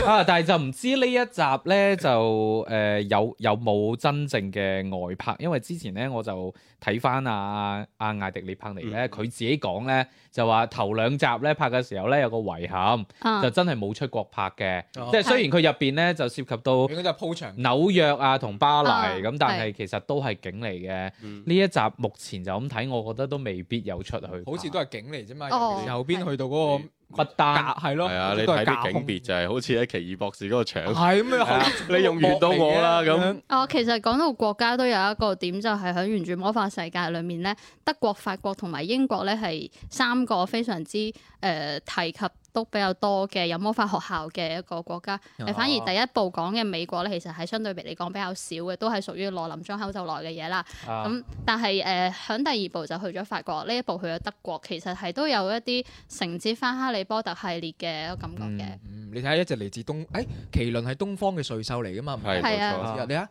S3: 啊，但係就唔知呢呃一集咧就誒、有有冇真正嘅外拍，因為之前咧我就睇翻翻阿阿阿啊艾迪列柏尼咧，佢自己講咧就話頭兩集咧拍嘅時候咧有個遺憾，
S7: 啊
S3: 就，真係冇出國拍嘅，
S4: 哦
S3: 即係雖然佢入邊咧就涉及到
S4: 應該就係鋪場
S3: 紐約啊同巴黎
S7: 啊
S3: 咁，但係其實都係景嚟嘅。
S2: 嗯
S3: 呢一集目前就咁睇，我覺得都未必有出去拍，
S4: 好似都係景嚟啫嘛，
S7: 哦
S4: 尤其是後邊去到嗰個
S3: 不
S4: 架
S3: 單
S4: 係咯，
S2: 係啊，你
S4: 嗯都
S2: 睇
S4: 係架
S2: 啲景
S4: 空
S2: 別就係好似喺奇異博士嗰個牆，
S4: 係咁
S2: 係啊
S4: 啊，
S2: 你用完到我啦咁。
S7: 哦，其實講到國家都有一個點，就係喺原著魔法世界裏面咧，德國、法國同埋英國咧係三個非常之誒、呃提及都比較多嘅有魔法學校嘅一個國家。
S3: 哦
S7: 誒、反而第一部講嘅美國咧，其實係相對嚟講比較少嘅，都係屬於羅林張口就來嘅嘢啦。
S3: 啊
S7: 咁、但係誒，呃響、第二部就去咗法國，呢一部去咗德國，其實係都有一啲承接翻《哈利波特》系列嘅一個感覺嘅。
S3: 嗯
S4: 嗯你睇一隻嚟自東，誒麒麟係東方嘅瑞獸嚟噶嘛，唔
S2: 係
S7: 係啊
S2: 冇錯
S4: 你睇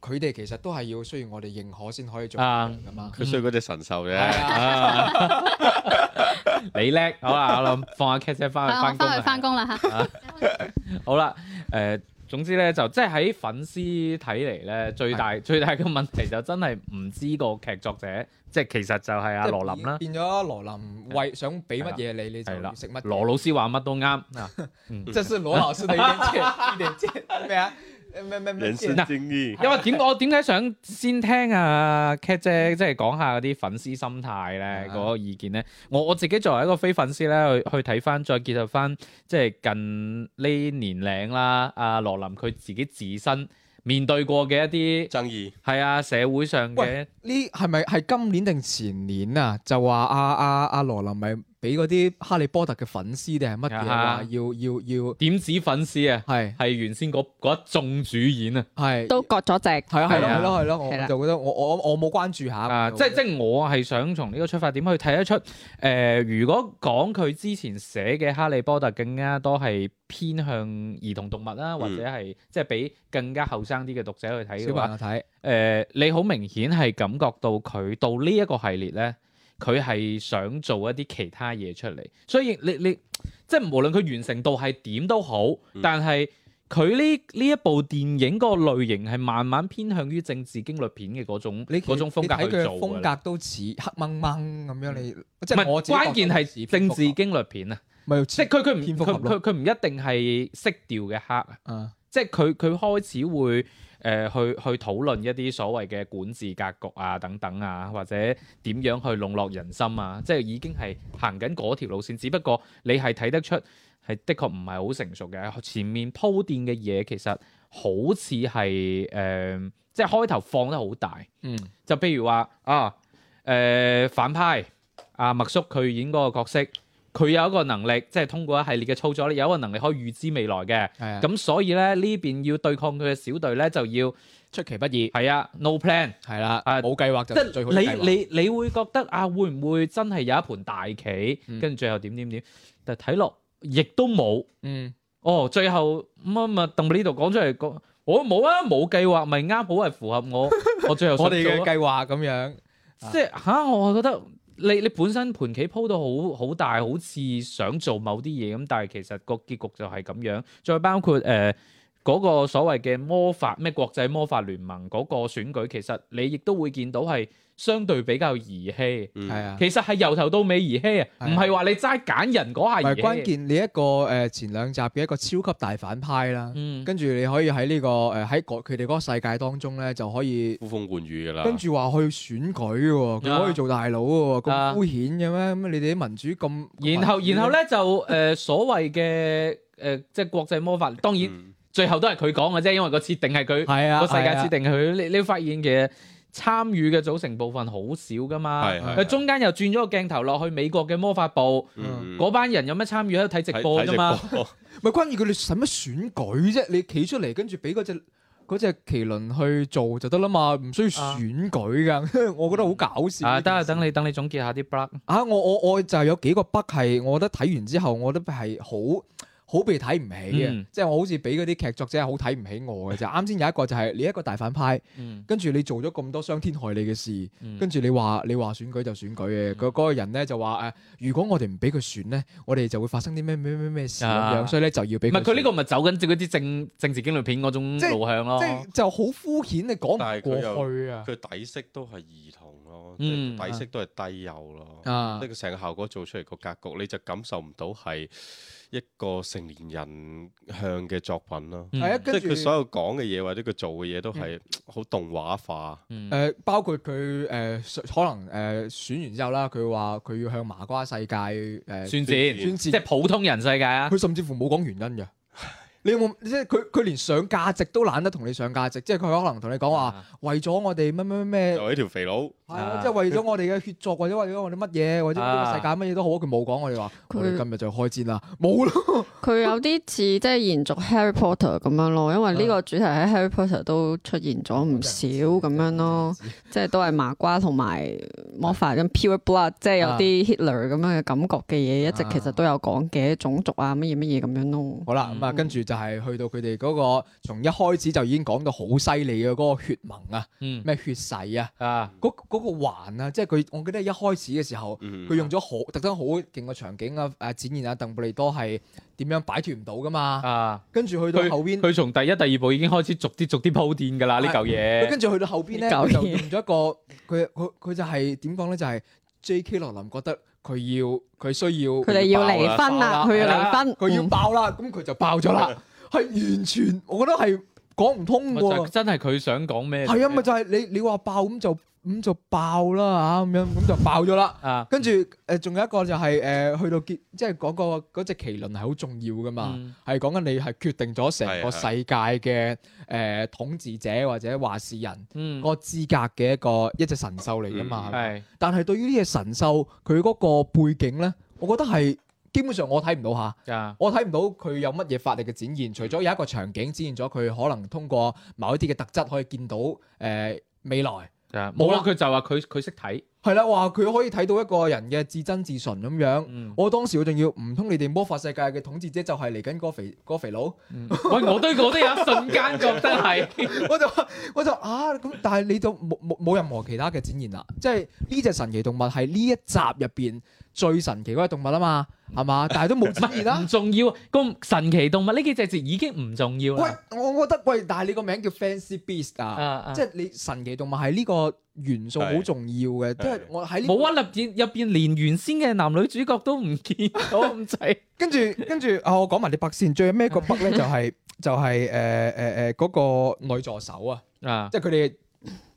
S4: 佢哋其實都係要需要我哋認可先可以做
S3: 啊
S4: 噶嘛。
S2: 佢需要嗰隻神獸
S4: 係
S2: 啫。
S4: 啊，
S3: 你叻，好啦，我諗放下 cat 姐翻去
S7: 係我
S3: 翻工
S7: 翻去
S3: 啦
S7: 翻工啦嚇。
S3: 好啦，誒、總之咧就即係喺粉絲睇嚟咧，最大最大嘅問題就真係唔知個劇作者，即係其實就係阿
S4: 即係
S3: 羅琳啦，
S4: 變咗羅琳為想俾乜嘢你，你就
S3: 係啦
S4: 要食乜嘢。
S3: 羅老師話乜都啱
S7: 啊
S3: 嗱，
S4: 這是羅老師的一點建一點建咩啊？咩咩咩
S2: 人
S4: 建議？
S2: 生經歷，
S3: 因為點我點解想先聽啊 Cat 姐即係講下嗰啲粉絲心態咧
S4: 啊
S3: 嗰個意見咧，我我自己作為一個非粉絲咧，去去睇翻再結合翻即係近呢年齡啦，阿、羅琳佢自己自身面對過嘅一啲
S2: 爭議
S3: 係啊社會上嘅
S4: 喂。呢係咪係今年定前年啊？就話阿阿阿羅琳咪俾嗰啲哈利波特嘅粉絲定係乜嘢
S3: 啊
S4: 話
S3: 哈
S4: 要要要
S3: 點子粉絲啊，
S4: 係
S3: 係原先嗰嗰一眾主演啊，
S4: 係
S5: 都割咗席，
S4: 係啊係
S3: 係
S4: 咯
S3: 啊
S4: 係咯係咯，我
S5: 係啦
S4: 就覺得我我我冇關注下
S3: 啊，即即我係想從呢個出發點去睇得出，誒、如果講佢之前寫嘅《哈利波特》更加多係偏向兒童讀物啦，或者係即係俾更加後生啲嘅讀者去睇
S4: 小
S3: 嘅
S4: 朋
S3: 話，
S4: 友睇
S3: 誒、呃你好明顯係感覺到佢到呢一個系列咧，佢係想做一啲其他嘢出嚟，所以你你即係無論佢完成度係點都好，
S2: 嗯
S3: 但係佢呢呢一部電影個類型係慢慢偏向於政治驚慄片嘅嗰種
S4: 你
S3: 嗰種風格
S4: 你睇
S3: 去
S4: 佢
S3: 做㗎
S4: 嘅風
S3: 啦。嗯
S4: 格都似黑掹掹咁樣，你即
S3: 唔
S4: 係我
S3: 係
S4: 自己覺得
S3: 關鍵係政治驚慄片啊！
S4: 咪
S3: 即係佢佢唔
S4: 蝙蝠
S3: 佢
S4: 俠
S3: 佢
S4: 咯
S3: 佢唔一定係色調嘅黑啊！
S4: 啊
S3: 即係佢佢開始會誒、呃去去討論一啲所謂嘅管治格局啊等等啊，或者點樣去籠絡人心啊，即係已經係行緊嗰條路線。只不過你係睇得出係的確唔係好成熟嘅，前面鋪墊嘅嘢其實好似係誒，即係開頭放得好大。
S4: 嗯
S3: 就譬如話啊，誒、呃反派阿麥叔佢演嗰個角色，佢有一個能力，即係通過一系列嘅操作咧，有一個能力可以預知未來嘅。
S4: 係啊
S3: 咁所以咧呢邊要對抗佢嘅小隊咧，就要
S4: 出其不意
S3: 係啊 no plan，
S4: 係啦，
S3: 啊
S4: 冇計劃
S3: 即
S4: 就最好嘅計
S3: 係
S4: 劃
S3: 你你你會覺得啊，會唔會真係有一盤大棋，
S4: 嗯
S3: 跟住最後點點點？但係睇落亦都冇。
S4: 嗯
S3: 哦，最後乜乜鄧布呢度講出嚟講，我冇啊，冇計劃，咪啱好係符合我 我最後想
S4: 我哋
S3: 做啊
S4: 嘅計劃咁樣。啊
S3: 即係吓、我係覺得你你本身盤棋鋪到好好大，好似想做某啲嘢咁，但係其實個結局就係咁樣。再包括誒嗰、個所謂嘅魔法咩國際魔法聯盟嗰個選舉，其實你亦都會見到係相對比較兒戲。
S2: 嗯
S4: 係啊，
S3: 其實係由頭到尾兒戲啊，
S4: 係啊
S3: 唔係話你齋揀人嗰
S4: 唔
S3: 下
S4: 係
S3: 兒
S4: 關
S3: 戲。
S4: 鍵，你一個誒、呃前兩集嘅一個超級大反派啦，
S3: 嗯，
S4: 跟住你可以喺呢、個誒喺嗰佢哋嗰個世界當中咧就可以。
S2: 呼風喚雨㗎
S3: 啊
S2: 啦。
S4: 跟住話去選舉喎，佢可以做大佬喎，
S3: 啊
S4: 咁膚淺嘅咩？咁你哋啲民主咁，
S3: 然後然後咧就誒、所謂嘅誒、呃即係國際魔法，當然。
S2: 嗯
S3: 最後都係佢講嘅啫，因為個設定係佢
S4: 係啊
S3: 個世界
S4: 係啊
S3: 設定係佢，你你會發現嘅參與嘅組成部分好少噶嘛。
S2: 係係
S3: 佢中間又轉咗個鏡頭落去美國嘅魔法部，
S2: 嗯
S3: 嗰班人有咩參與喺度睇直播噶 嘛？
S2: 睇直播
S4: 咪關於佢哋使乜選舉啫？你企出嚟，跟住俾嗰只嗰只麒麟去做就得啦嘛，唔需要選舉噶。 我覺得好搞笑。
S3: 啊，得啊，等你等你總結下啲 blog。
S4: 啊！我我我就係有幾個北係，我覺得睇完之後，我覺得係好好被睇唔起嘅，
S3: 嗯
S4: 即係我好似俾嗰啲劇作者係好睇唔起我嘅啫。啱先有一個就係你一個大反派，
S3: 嗯
S4: 跟住你做咗咁多傷天害理嘅事，
S3: 嗯
S4: 跟住你話你話選舉就選舉嘅，嗰嗰、個人咧就話誒、如果我哋唔俾佢選咧，我哋就會發生啲咩咩咩咩事咁樣，
S3: 啊
S4: 所以咧就要俾
S3: 唔係佢呢
S4: 選
S3: 個咪走緊嗰啲政政治驚慄片嗰種
S4: 即係
S3: 路向咯
S4: 即。係就好膚淺，你講唔
S2: 但係佢又
S4: 過去啊！
S2: 佢底色都係兒童咯，咯，即
S3: 嗯
S2: 係底色都係低幼咯。
S4: 啊
S2: 呢個成個效果做出嚟個格局，你就感受唔到係一個成年人向嘅作品咯。
S4: 係啊，
S3: 嗯
S2: 即
S4: 跟
S2: 係
S4: 住
S2: 佢所有講嘅嘢或者佢做嘅嘢都係好動畫化。
S3: 嗯
S4: 誒包括佢誒可能誒選完之後啦，佢話佢要向麻瓜世界誒
S3: 宣戰
S4: 宣
S3: 即
S4: 戰
S3: 係普通人世界啊，
S4: 佢甚至乎冇講原因嘅。你有冇即係佢佢連上價值都懶得同你上價值，即係佢可能同你講
S3: 啊
S4: 話，為咗我哋乜乜乜
S2: 就
S4: 咩，
S2: 係呢條肥佬，
S4: 係啊啊，即係為咗我哋嘅血作，或者為咗我哋乜嘢，或者呢個世界乜嘢都好，佢冇講我哋話，
S5: 佢
S4: 我哋今日就開戰啦，冇 咯，
S5: 佢有啲似即係延續 Harry Potter 咁樣咯，因為
S4: 嗯
S5: 呢個主題喺 Harry Potter 都出現咗唔少咁樣
S4: 嗯
S5: 咯，即係都係麻瓜同埋魔法咁 pure blood，即係有
S4: 啊
S5: 啲 Hitler 咁樣嘅感覺嘅嘢，一直其實都有講嘅種族啊乜嘢乜嘢咁樣咯。
S4: 好啦，咁啊，跟住就係去到佢哋嗰個從一開始就已經講到好犀利嘅嗰個血盟啊，
S3: 嗯
S4: 咩血誓啊，
S3: 啊，
S4: 嗰嗰個環啊，即係佢，我記得一開始嘅時候。
S2: 嗯
S4: 佢用咗好特登好勁嘅場景啊！誒展現啊，鄧布利多係點樣擺脱唔到噶嘛？
S3: 啊，
S4: 跟住去到
S3: 佢
S4: 後邊，
S3: 佢從第一、第二部已經開始逐啲逐啲鋪墊㗎啦，呢嚿
S4: 佢
S3: 嘢
S4: 跟住去到後邊咧，
S5: 搞
S4: 佢就
S5: 嘢
S4: 用咗一個佢佢佢就係點講咧？就係 J.K. 羅琳覺得佢要佢需要
S5: 佢哋要離婚啦，佢要
S3: 係
S5: 離
S3: 啦
S5: 婚，
S4: 佢要
S5: 嗯
S4: 爆啦，咁佢就爆咗啦，係完全我覺得係講唔通
S3: 我就
S4: 喎。
S3: 真係佢想講咩？
S4: 係啊，咪就係你你話爆咁就咁就爆啦嚇，啊咁樣咁就爆咗啦。
S3: 啊，
S4: 跟住誒，仲有一個就係誒，去到結，即係嗰個嗰隻麒麟係好重要噶嘛，
S3: 嗯
S4: 係講緊你係決定咗成個世界嘅誒統治者或者話事人
S3: 嗯
S4: 嗰個資格嘅一個一隻神獸嚟噶嘛。
S3: 係
S4: 但係對於呢隻神獸，佢嗰個背景咧，我覺得係基本上我睇唔到嚇。
S3: 啊，
S4: 我睇唔到佢有乜嘢法力嘅展現，除咗有一個場景展現咗佢可能通過某一啲嘅特質可以見到誒、未來。
S3: 啊
S4: 冇
S3: 冇
S4: 啦
S3: 啦，佢就話佢佢識睇，
S4: 係啦，話佢可以睇到一個人嘅至真至純咁樣。
S3: 嗯
S4: 我當時我仲要唔通你哋魔法世界嘅統治者就係嚟緊嗰個肥嗰個肥佬，
S3: 嗯喂，我都我都有一瞬間覺得係。
S4: 我就我就啊咁，但係你就冇冇冇任何其他嘅展現啦，即係呢隻神奇動物係呢一集入邊最神奇嗰隻動物啊嘛，係嘛？但係都冇展現 啦
S3: 唔。重要，個神奇動物呢幾隻字已經唔重要
S4: 喂
S3: 啦。，
S4: 我覺得喂，但係你個名叫 Fancy Beast
S3: 啊
S4: 啊，
S3: 啊，
S4: 即係你神奇動物係呢個元素好
S2: 係
S4: 重要嘅，即係
S2: 係
S4: 我喺呢
S3: 冇啊！入邊入邊連原先嘅男女主角都唔見到咁 滯。
S4: 跟住跟住啊，我講埋你北先，最尾一個北咧就係、就係誒誒誒嗰個女助手啊，
S3: 啊，
S4: 即係佢哋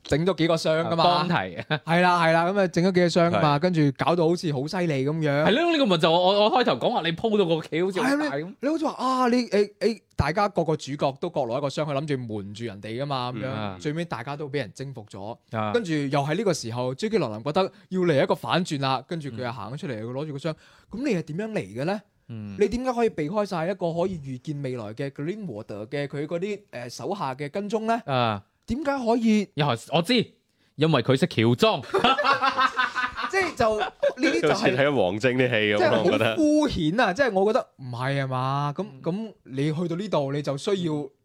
S4: 整咗幾個箱噶嘛
S3: 當，題係
S4: 係啦係啦，咁啊整咗幾個箱噶嘛，跟住搞到好似好犀利咁樣。
S3: 咯，呢個咪就我我我開頭講話你鋪到個棋好似好大咁。
S4: 你好似話啊，你誒誒，大家個個主角都各攞一個箱，去諗住瞞住人哋噶嘛，咁樣、
S3: 嗯
S4: 最尾大家都俾人征服咗。
S3: 啊
S4: 跟住又喺呢個時候，J.K. 羅琳覺得要嚟一個反轉啦，跟住佢又行咗出嚟，佢攞住個箱。咁你係點樣嚟嘅咧？
S3: 嗯
S4: 你點解可以避開晒一個可以預見未來嘅 Greenwater 嘅佢嗰啲誒手下嘅跟蹤咧？
S3: 啊，
S4: 點解可以
S3: 又係我知，因為佢識喬裝。
S4: 即係就呢啲就
S2: 好似
S4: 係、
S2: 睇緊王晶啲戲
S4: 即
S2: 咁
S4: 係
S2: 咯，我覺
S4: 好
S2: 得。嗯
S4: 敷衍啊！即係我覺得唔係啊嘛，咁咁你去到呢度你就需要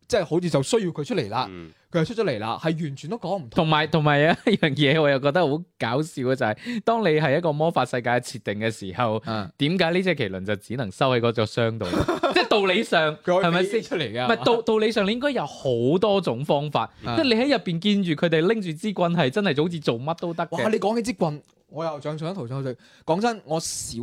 S4: 即係好似就需要佢出嚟啦，
S2: 嗯
S4: 佢又出咗嚟啦，係完全都講唔通。
S3: 同埋同埋有一樣嘢，我又覺得好搞笑嘅就係、當你係一個魔法世界設定嘅時候，
S4: 啊
S3: 點解呢只麒麟就只能收喺嗰座箱度？即係道理上
S4: 佢
S3: 係咪
S4: 飛
S3: 先？
S4: 出嚟㗎？
S3: 唔係道道理上，你應該有好多種方法，
S4: 啊
S3: 即係你喺入邊見住佢哋拎住支棍，係真係好似做乜都得
S4: 哇！
S3: 嘅。
S4: 你講起支棍，我又想上一圖上去。講真，我小學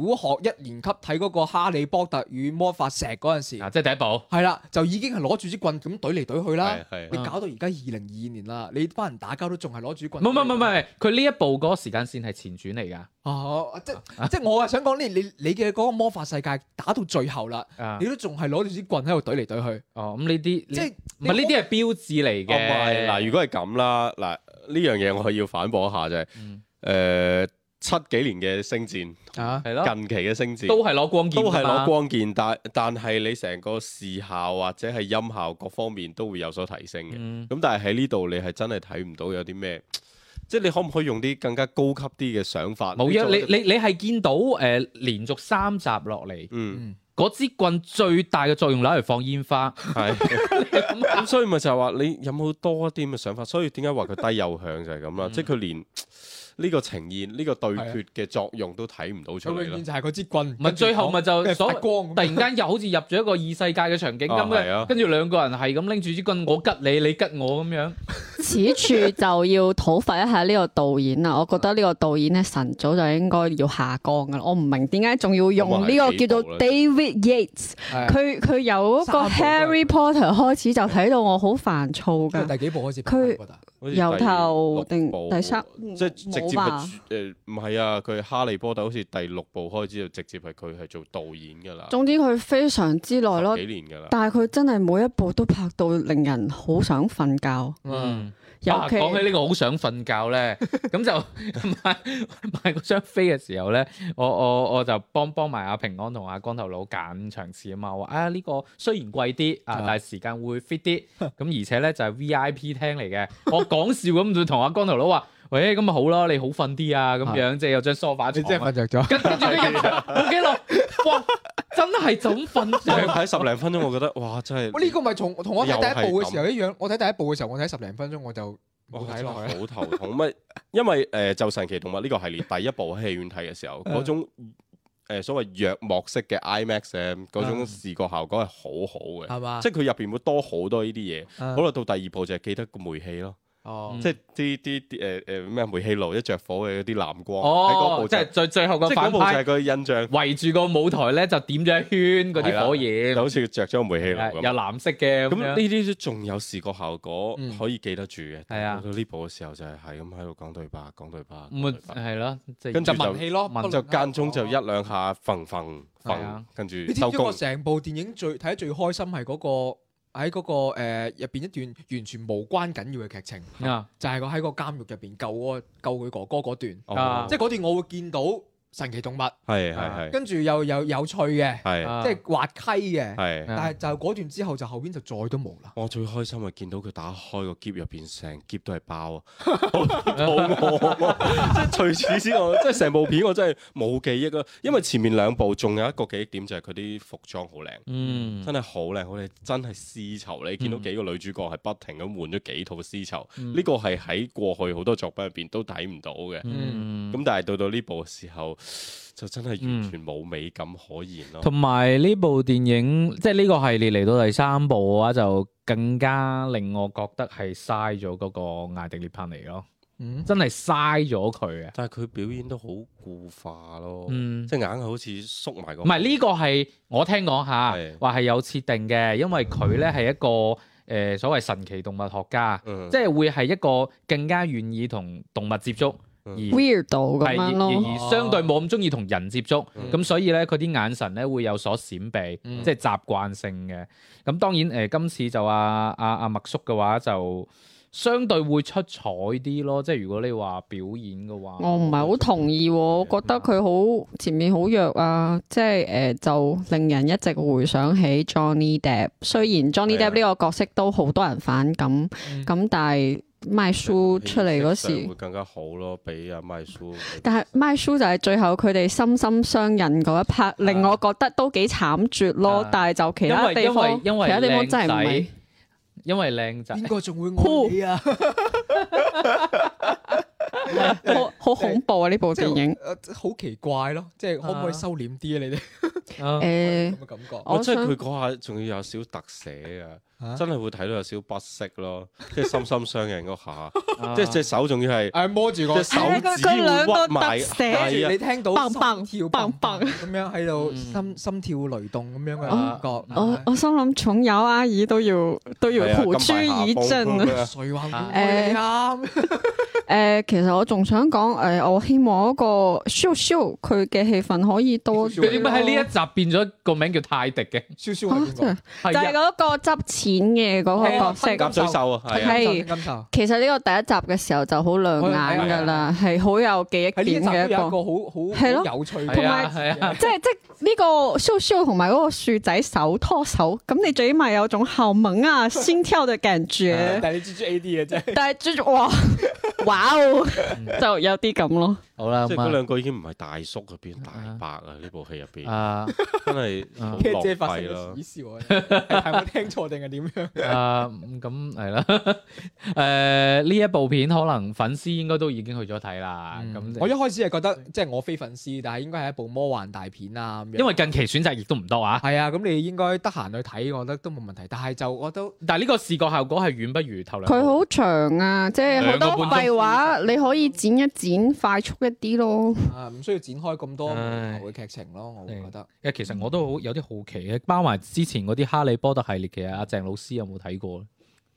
S4: 一年級睇嗰個《哈利波特與魔法石》嗰陣時，
S3: 啊，即係第一步，
S4: 係啦，就已經係攞住支棍咁懟嚟懟去啦
S2: 係。啊係
S4: 你搞到而家二零二二年啦，你班人打交都仲係攞住
S3: 唔
S4: 棍。
S3: 係唔係唔係，佢呢一步嗰個時間線係前傳嚟㗎。
S4: 哦，即即我係想講呢，你你嘅嗰個魔法世界打到最後啦，
S3: 啊
S4: 你，都仲係攞住支棍喺度懟嚟懟去，
S3: 哦，咁呢啲
S4: 即係
S3: 唔係呢啲係標誌嚟
S2: 哦唔係嗱，
S3: 嘅。
S2: 如果係咁啦，嗱呢樣嘢我要反駁一下就係
S3: 嗯
S2: 誒七幾年嘅星戰，
S4: 啊
S3: 係咯，
S2: 近期嘅星戰
S3: 都係攞光劍
S2: 都
S3: 㗎嘛，
S2: 係攞光劍，但但係你成個視效或者係音效各方面都會有所提升嘅。咁、
S3: 嗯。
S2: 但係喺呢度你係真係睇唔到有啲咩，即係你可唔可以用啲更加高級啲嘅想法？嗯
S3: 冇嘢，
S2: 啊做
S3: 你你你係見到誒、呃、連續三集落嚟，
S2: 嗯
S3: 嗰支棍最大嘅作用攞嚟放煙花，
S2: 係咁，所以咪就係話你有冇多啲咁嘅想法？所以點解話佢低幼向就係咁啦，即係佢連呢個呈現呢、個對
S4: 係啊
S2: 決嘅作用都睇唔到出
S4: 佢
S2: 嚟
S4: 永
S2: 咯
S4: 遠。就係嗰支棍，
S3: 唔係最 後咪就
S4: 所
S3: 所
S4: 光咁
S3: 突然間又好似入咗一個異世界嘅場景咁
S2: 啊係啊
S3: 嘅，跟住兩個人係咁拎住支棍，我吉你，你吉我咁樣。
S5: 此處就要討伐一下呢個導演啦，我覺得呢個導演咧晨早就應該要下崗噶啦，我唔明點解仲要用呢個叫做 David Yates，
S4: 係
S5: 佢佢由嗰個
S4: 三部都係
S5: Harry Potter 開始就睇到我好煩躁
S4: 佢
S5: 噶，
S4: 第幾部開始拍？
S5: 佢
S4: 我覺得
S2: 好似第
S5: 由頭
S2: 六
S5: 定
S2: 部
S5: 第三，嗯
S2: 即係直接
S5: 冇吧
S2: 係誒唔係啊！佢哈利波特好似第六部開始就直接係佢係做導演㗎啦，
S5: 總之佢非常之耐咯
S2: 十，幾年㗎啊啦。
S5: 但係佢真係每一部都拍到令人好想瞓覺，
S4: 嗯，
S5: 尤
S3: 啊
S5: 其
S3: 講起呢個好想瞓覺 咧，咁就買買嗰張飛嘅時候咧，我我我就幫幫埋阿平安同阿光頭佬揀場次啊嘛，我話啊呢、個雖然貴啲啊
S4: 啊，
S3: 但係時間會 fit 啲，咁而且咧就係、V I P 廳嚟嘅，我講笑咁就同阿光頭佬話。喂，咁咪好咯，你好瞓啲啊，咁樣即係有張梳化
S4: 你
S3: 床
S4: 真係
S3: 啊
S4: 瞓着咗。
S3: 跟跟住佢入場冇幾耐，哇！真係就咁瞓
S2: 但係
S3: 着，
S2: 睇十零分鐘，我覺得哇真係
S4: 我呢個咪同同我睇第一部
S2: 又
S4: 嘅
S2: 係咁
S4: 時候一樣，我睇第一部嘅時候，我睇十零分鐘我就
S2: 哇
S4: 冇睇落去啦。
S2: 真係好頭痛。乜因為誒、呃就神奇動物呢個系列第一部喺戲院睇嘅時候，嗰種誒所謂弱幕式嘅 IMAX 咧，嗰種視覺效果係好好嘅，
S4: 係嘛
S2: 即係佢入邊會多好多呢啲嘢。
S4: 好
S2: 好啦，到第二部就係記得個煤氣咯，
S4: 哦
S3: 嗯
S2: 即係啲啲啲誒誒咩啊煤氣爐一着火嘅嗰啲藍光 喺嗰、
S3: 哦
S2: 部，
S3: 即
S2: 就
S3: 係最最後個
S2: 即係嗰
S3: 反
S2: 部就
S3: 派
S2: 係佢印象，
S3: 圍住個舞台咧就點咗一圈嗰啲火
S2: 就
S3: 焰，
S2: 好似着咗個煤氣
S3: 係
S2: 爐
S3: 有
S2: 咁。
S3: 藍色嘅咁
S2: 咁呢
S3: 樣。
S2: 啲都仲有視覺效果
S4: 嗯
S2: 可以記得住嘅。
S3: 係啊
S2: 到到呢部嘅時候就係係咁喺度講對白，講對白，講
S3: 咪
S2: 對白
S3: 啊係咯，即係
S2: 跟住就
S4: 文戲咯，
S3: 文
S4: 不論
S2: 就
S4: 係
S2: 間中
S4: 我
S2: 就一兩下揈揈
S3: 係啊
S2: 揈，跟住
S4: 你知
S2: 收
S4: 唔知我
S2: 工。
S4: 成部電影最睇得最開心係嗰、個喺嗰、個誒入邊一段完全無關緊要嘅劇情，
S3: 啊
S4: 就係個喺個監獄入邊救嗰個救佢哥哥嗰段，
S3: 啊
S4: 即啊係嗰段我會見到神奇動物，
S2: 哦係係係
S4: 跟住又有有趣嘅，
S2: 係
S3: 啊
S4: 即係滑稽嘅，
S2: 係。
S4: 但係就嗰段之後就後邊就再都冇啦。
S2: 我最開心係見到佢打開個箧入邊，成箧都係包 啊！好餓啊！即係除此之外，即係成部片我真係冇記憶啊！因為前面兩部仲有一個記憶點就係佢啲服裝好靚，
S3: 嗯
S2: 真係好靚，好靚，真係絲綢。你見到幾個女主角係不停咁換咗幾套絲綢，嗯呢個係喺過去好多作品入邊都睇唔到嘅。
S3: 嗯
S2: 咁但係到到呢部嘅時候，就真係完全冇美感可言咯。
S3: 同埋呢部電影，即係呢個系列嚟到第三部嘅話，就更加令我覺得係嘥咗嗰個艾迪列帕尼咯，
S4: 嗯，
S3: 真係嘥咗佢啊！
S2: 但係佢表演都好固化咯，
S3: 嗯
S2: 哦即係硬係好似縮埋個。
S3: 唔係呢個係我聽講下
S2: 係
S3: 話係有設定嘅，因為佢咧係一個誒、呃所謂神奇動物學家，
S2: 嗯，
S3: 即係會係一個更加願意同動物接觸，
S2: 嗯
S3: 而
S5: weird 咁
S3: 係
S5: 樣
S3: 而
S5: 咯，
S3: 而而相對冇咁中意同人接觸，咁、
S2: 嗯
S3: 所以咧佢啲眼神咧會有所閃避，
S4: 嗯
S3: 即係習慣性嘅。咁當然誒、呃今次就阿阿阿麥叔嘅話就相對會出彩啲咯，即係如果你話表演嘅話，
S5: 哦我唔係好同意喎，我覺得佢好前面好弱啊，即係誒、呃就令人一直回想起 Johnny Depp。雖然 Johnny
S2: 係啊
S5: Depp 呢個角色都好多人反感，
S3: 嗯
S5: 咁、但係賣書出嚟嗰
S2: 氣息上
S5: 時
S2: 會，更加好咯，比阿麥叔。
S5: 但係賣書就係最後佢哋心心相印嗰一 part，令我覺得都幾慘絕咯。
S3: 啊
S5: 但係就其他地方，
S3: 因為
S5: 其他地方真係
S3: 因
S5: 唔
S3: 為靚
S5: 係
S3: 仔。因為靚 仔。
S4: 邊個仲會愛你啊？
S5: 好好恐怖啊！呢部
S4: 即
S5: 電影
S4: 係呃好奇怪咯，即係可唔可以收斂啲啊？你哋
S3: 啊
S4: 咁。
S5: 誒
S4: 嘅感覺。
S5: 我
S2: 我即係
S5: 想
S2: 佢嗰下仲要有少特寫
S4: 啊
S2: 啊，真係會睇到有少不適咯，即係心心相印嗰下，
S3: 啊
S2: 即係隻手仲要係
S4: 誒摸住個
S2: 隻手指會屈埋，
S5: 哎
S4: 跟住你
S2: 係啊，
S4: 聽到
S5: 砰
S4: 心
S5: 砰
S4: 跳
S5: 砰砰
S4: 咁樣喺度
S3: 嗯
S4: 心心跳雷動咁樣嘅感
S5: 哦
S4: 覺。
S5: 我我心諗重友阿姨都要都要
S2: 係啊
S5: 付諸以盡啊！
S2: 咁
S4: 誰話唔愛你啊？
S5: 誒、呃其實我仲想講誒、呃我希望嗰個 show show 佢嘅戲份可以多
S3: 佢
S5: 啲咯。
S3: 點解喺呢一集變咗個名叫泰迪嘅？
S4: 少少
S5: 啊
S4: 係邊
S5: 真係
S4: 個？
S5: 就
S3: 係
S5: 係
S3: 啊，
S5: 嗰個執錢嘅嗰個角色。
S4: 係
S2: 夾嘴獸啊，係啊
S5: 係
S4: 金頭。
S5: 其實呢個第一集嘅時候就好亮眼㗎啦，係好有記
S4: 喺
S5: 憶
S4: 呢一
S5: 點
S4: 集都有
S5: 嘅
S4: 一
S5: 一
S4: 個好
S5: 個。係咯
S4: 好好有趣嘅，
S5: 同埋
S3: 係啊，
S5: 即係即係呢個 show show 同埋嗰個樹仔手拖手，咁你最起碼有種後萌啊、心跳嘅感覺。
S4: 啊 但係你知唔知 A D 嘅啫？
S5: 但係最哇哇哦，就有啲咁咯。
S3: 好啦，
S2: 即係
S3: 咁
S2: 嗰
S3: 啊
S2: 兩個已經唔係大叔入邊，大伯啊！呢部戲入邊
S3: 啊
S2: 真係好
S4: 姐
S2: 浪
S4: 姐發生
S2: 費嗯啦
S4: 嘅。恥笑啊！係我聽錯定係點樣？
S3: 啊， 嗯咁係啦。 誒呢一部片可能粉絲應該都已經去咗睇
S4: 啊
S3: 啦。咁
S4: 嗯我一開始係覺得即係我非粉絲，但係應該係一部魔幻大片啊咁樣。
S3: 因為近期選擇亦都唔多啊。
S4: 係啊，咁你應該得閒去睇，我覺得都冇問題。但係就我都
S3: 但係呢個視覺效果係遠不如頭兩部。
S5: 佢好長啊，即係好
S3: 兩個
S5: 多
S3: 半鐘
S5: 廢話，你可以剪一剪，快速一啲咯。
S4: 啊唔需要展開咁多無
S3: 唉
S4: 厘頭嘅劇情咯，我會覺得。
S3: 誒，其實我都好有啲好奇嘅，包埋之前嗰啲《哈利波特》系列，其實阿鄭老師有冇睇過咧？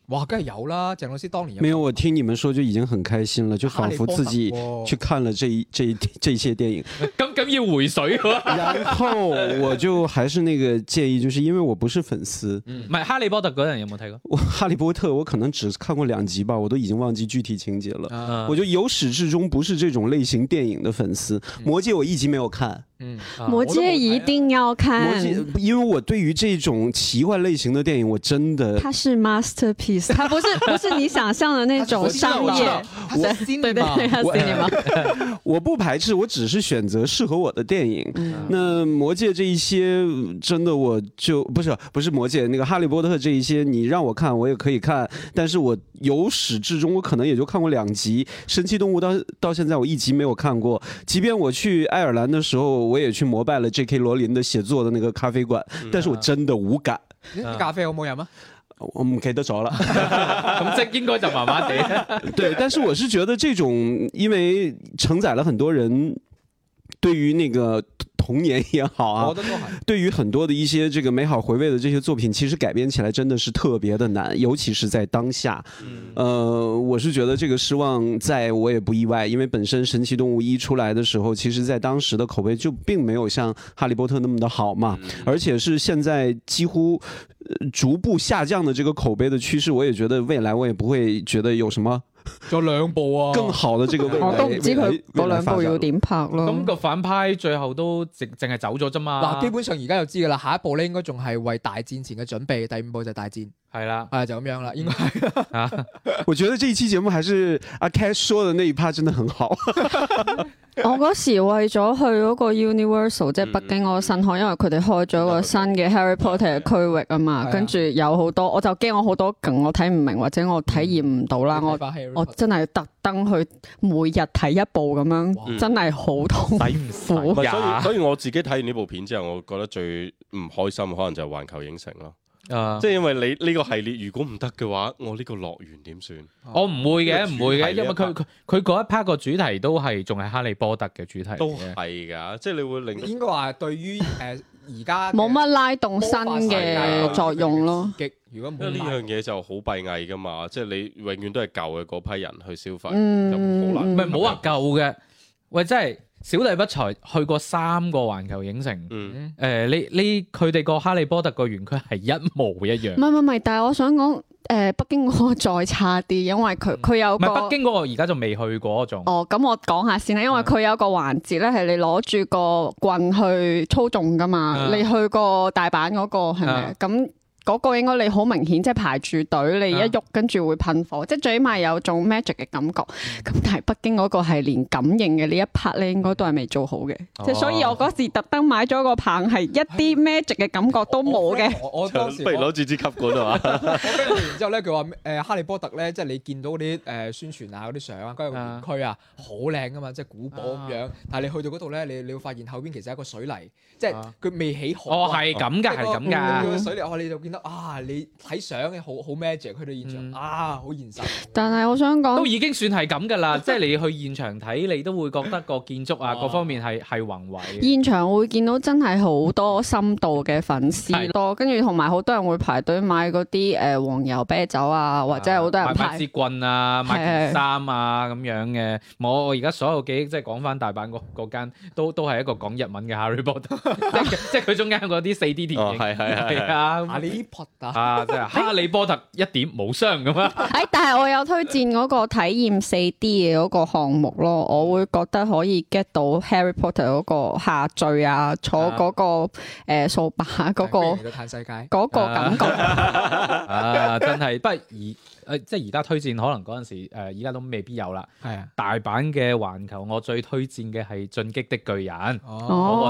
S4: 哇，梗係有啦，鄭老師當年
S6: 没
S4: 有
S6: 有，我听你们说就已经很开心了，就仿佛自己
S4: 啊哦
S6: 去看了这一这一 这些电影。
S3: 咁咁要回水喎，
S6: 然后我就还是那个建议，就是因为我不是粉丝，
S3: 唔係《哈利波特》嗰陣有冇睇過？
S6: 我哈利波特我可能只看过两集吧，我都已经忘记具体情节了。
S4: 啊
S6: 我就由始至终不是这种类型电影的粉丝，魔戒我一集没有看，
S4: 嗯，
S3: 啊
S5: 魔戒一定要
S6: 魔
S5: 看，
S6: 戒，因为我对于这种奇幻类型的电影，我真的
S5: 它是 masterpiece，它不是不是你想象的那种
S4: 我知道
S5: 商
S4: 我知
S5: 业
S3: 啊
S4: 道，
S5: 对对对，它
S6: 我
S5: 啊 cinema
S6: 我不排斥，我只是选择适合我的电影。那《魔戒》这一些，真的我就不是不是《魔戒》那个《哈利波特》这一些，你让我看我也可以看，但是我由始至终我可能也就看过两集，《神奇动物》到到现在我一集没有看过。即便我去爱尔兰的时候，我也去膜拜了 J.K. 罗琳的写作的那个咖啡馆，但是我真的无感，
S4: 啲咖啡好冇飲啊？
S6: 我唔记得咗啦。
S3: 咁即係應該就麻麻 地。
S6: 对，但是我是觉得这种，因为承载了很多人对于那个童年也好
S4: 我
S6: 啊，
S4: 覺得都係。
S6: 对于很多的一些这个美好回味的这些作品，其实改编起来真的是特别的难，尤其是在当下。呃，我是觉得这个失望在我也不意外，因为本身《神奇动物一》出来的时候，其实在当时的口碑就并没有像《哈利波特》那么的好嘛，
S2: 嗯
S6: 而且是现在几乎。呃逐步下降的这个口碑的趋势，我也觉得未来我也不会觉得有什么
S4: 仲有兩部啊，
S6: 更好的这个未来，
S5: 我都唔知佢嗰
S6: 未來
S5: 兩
S6: 發
S5: 部
S6: 展
S5: 要點拍咯
S3: 咁。個反派最後都淨淨係走咗啫嘛。
S4: 嗱，基本上而家就知噶啦，下一步咧應該仲係為大戰前嘅準備，第五步就係大戰，
S3: 係啦，
S4: 啊就咁樣啦，應該係
S3: 啊，
S6: 我觉得这一期節目還是阿 Cash 說的那一趴真的很好。
S5: 我嗰時為咗去嗰個 Universal，即係北京嗰個新海，因為佢哋開咗個新嘅 Harry Potter 嘅區域啊
S4: 係
S5: 嘛，
S4: 啊
S5: 跟住有好多，我就驚我好多梗我睇唔明或者我體驗唔到啦，我我真係特登去每日睇一部咁
S4: 哇
S5: 樣，真係好痛苦。
S3: 使唔啊使
S2: 唔係所以
S3: 呀？
S2: 所以我自己睇完呢部片之後，我覺得最唔開心可能就係環球影城咯。
S3: 啊
S2: 即係因為你呢個系列如果唔得嘅話，我呢個樂園點算？
S3: 我唔會嘅，
S2: 呢
S3: 唔
S2: 個
S3: 會
S2: 主
S3: 嘅，
S2: 題
S3: 因為佢佢佢嗰一 part 個主題都係仲係哈利波特嘅主題嚟嘅。
S2: 都係㗎，即係你會令到
S4: 應該話對於誒而家嘅
S5: 冇乜拉動新嘅作用咯。
S4: 刺激，如果
S2: 因為
S4: 冇
S2: 呢樣
S4: 呢
S2: 嘢就好閉翳㗎嘛，即係你永遠都係舊嘅嗰批人去消費，
S5: 嗯
S2: 就好
S5: 嗯
S2: 難。
S3: 唔係冇 話舊嘅，喂，真係小弟不才去過三個環球影城，誒、
S2: 嗯，
S3: 呢呢佢哋個哈利波特個園區係一模一樣
S5: 唔。係唔係唔係，但係我想講，誒、北京嗰個再差啲，因為佢佢有
S3: 唔
S5: 個
S3: 係北京嗰個而家就未去過仲，
S5: 哦，咁我講下先啦，因為佢有個環節咧，係你攞住個棍去操縱噶嘛。
S3: 嗯
S5: 你去過大阪嗰、個係咪
S3: 嗯？
S5: 咁嗰個應該你好明顯，即係排住隊，你一
S3: 嗯
S5: 喐跟住會噴火，即係最起碼有種 magic 嘅感覺。咁但係北京嗰個係連感應嘅呢一 part 咧，應該都係未做好嘅。即係所以我嗰時特登買咗個棒，係一啲 magic 嘅感覺都冇嘅。。
S4: 我我
S2: 不
S4: 當時
S2: 如攞
S4: 我
S2: 住支吸管啊 嘛。
S4: 跟住然之後咧，佢話誒哈利波特咧，即係你見到嗰啲誒宣傳啊、嗰啲相啊，嗰個園區啊，好靚噶嘛，即係古堡咁樣。但係你去到嗰度咧，你你會發現後邊其實係一個水泥，即啊係啊佢未起河。
S3: 哦係咁㗎，係咁㗎。
S4: 水嚟，我你就見到啊，你睇相嘅好好 magic，去到現
S3: 嗯
S4: 場啊，好現實。
S5: 但係我想
S3: 都
S5: 講，
S3: 已經算係咁㗎啦，即係你去現場睇，你都會覺得個建築啊各方面係係宏偉嘅。
S5: 現場會見到真係好多深度嘅粉
S3: 係
S5: 絲多，跟住同埋好多人會排隊買嗰啲誒黃油啤酒啊，或者係好多人
S3: 買買
S5: 排
S3: 支棍啊，買件衫啊咁樣嘅。冇我而家所有記憶，即係講翻大阪嗰嗰間，都都係一個講日文嘅 Harry Potter，即 係即係佢中間有嗰啲四 D 電
S2: 哦
S3: 影，
S2: 係係係
S3: 係
S4: 哈
S3: 啊。
S4: 利波特
S3: 啊！
S5: 哎
S3: 即係哈利波特一點無雙咁啊！
S5: 誒，哎但係我有推薦嗰個體驗四 D 嘅嗰個項目咯，我會覺得可以 get 到 Harry Potter 嗰個下墜啊，坐嗰、個誒掃把嗰個
S3: 啊
S4: 嚟到嘆世界。
S5: 嗰個感覺。
S3: 啊，真係不過而誒即係而家推薦可能嗰陣時誒而家都未必有啦。
S4: 係啊，
S3: 大阪嘅環球，我最推薦嘅係《進擊的巨人》，
S4: 哦，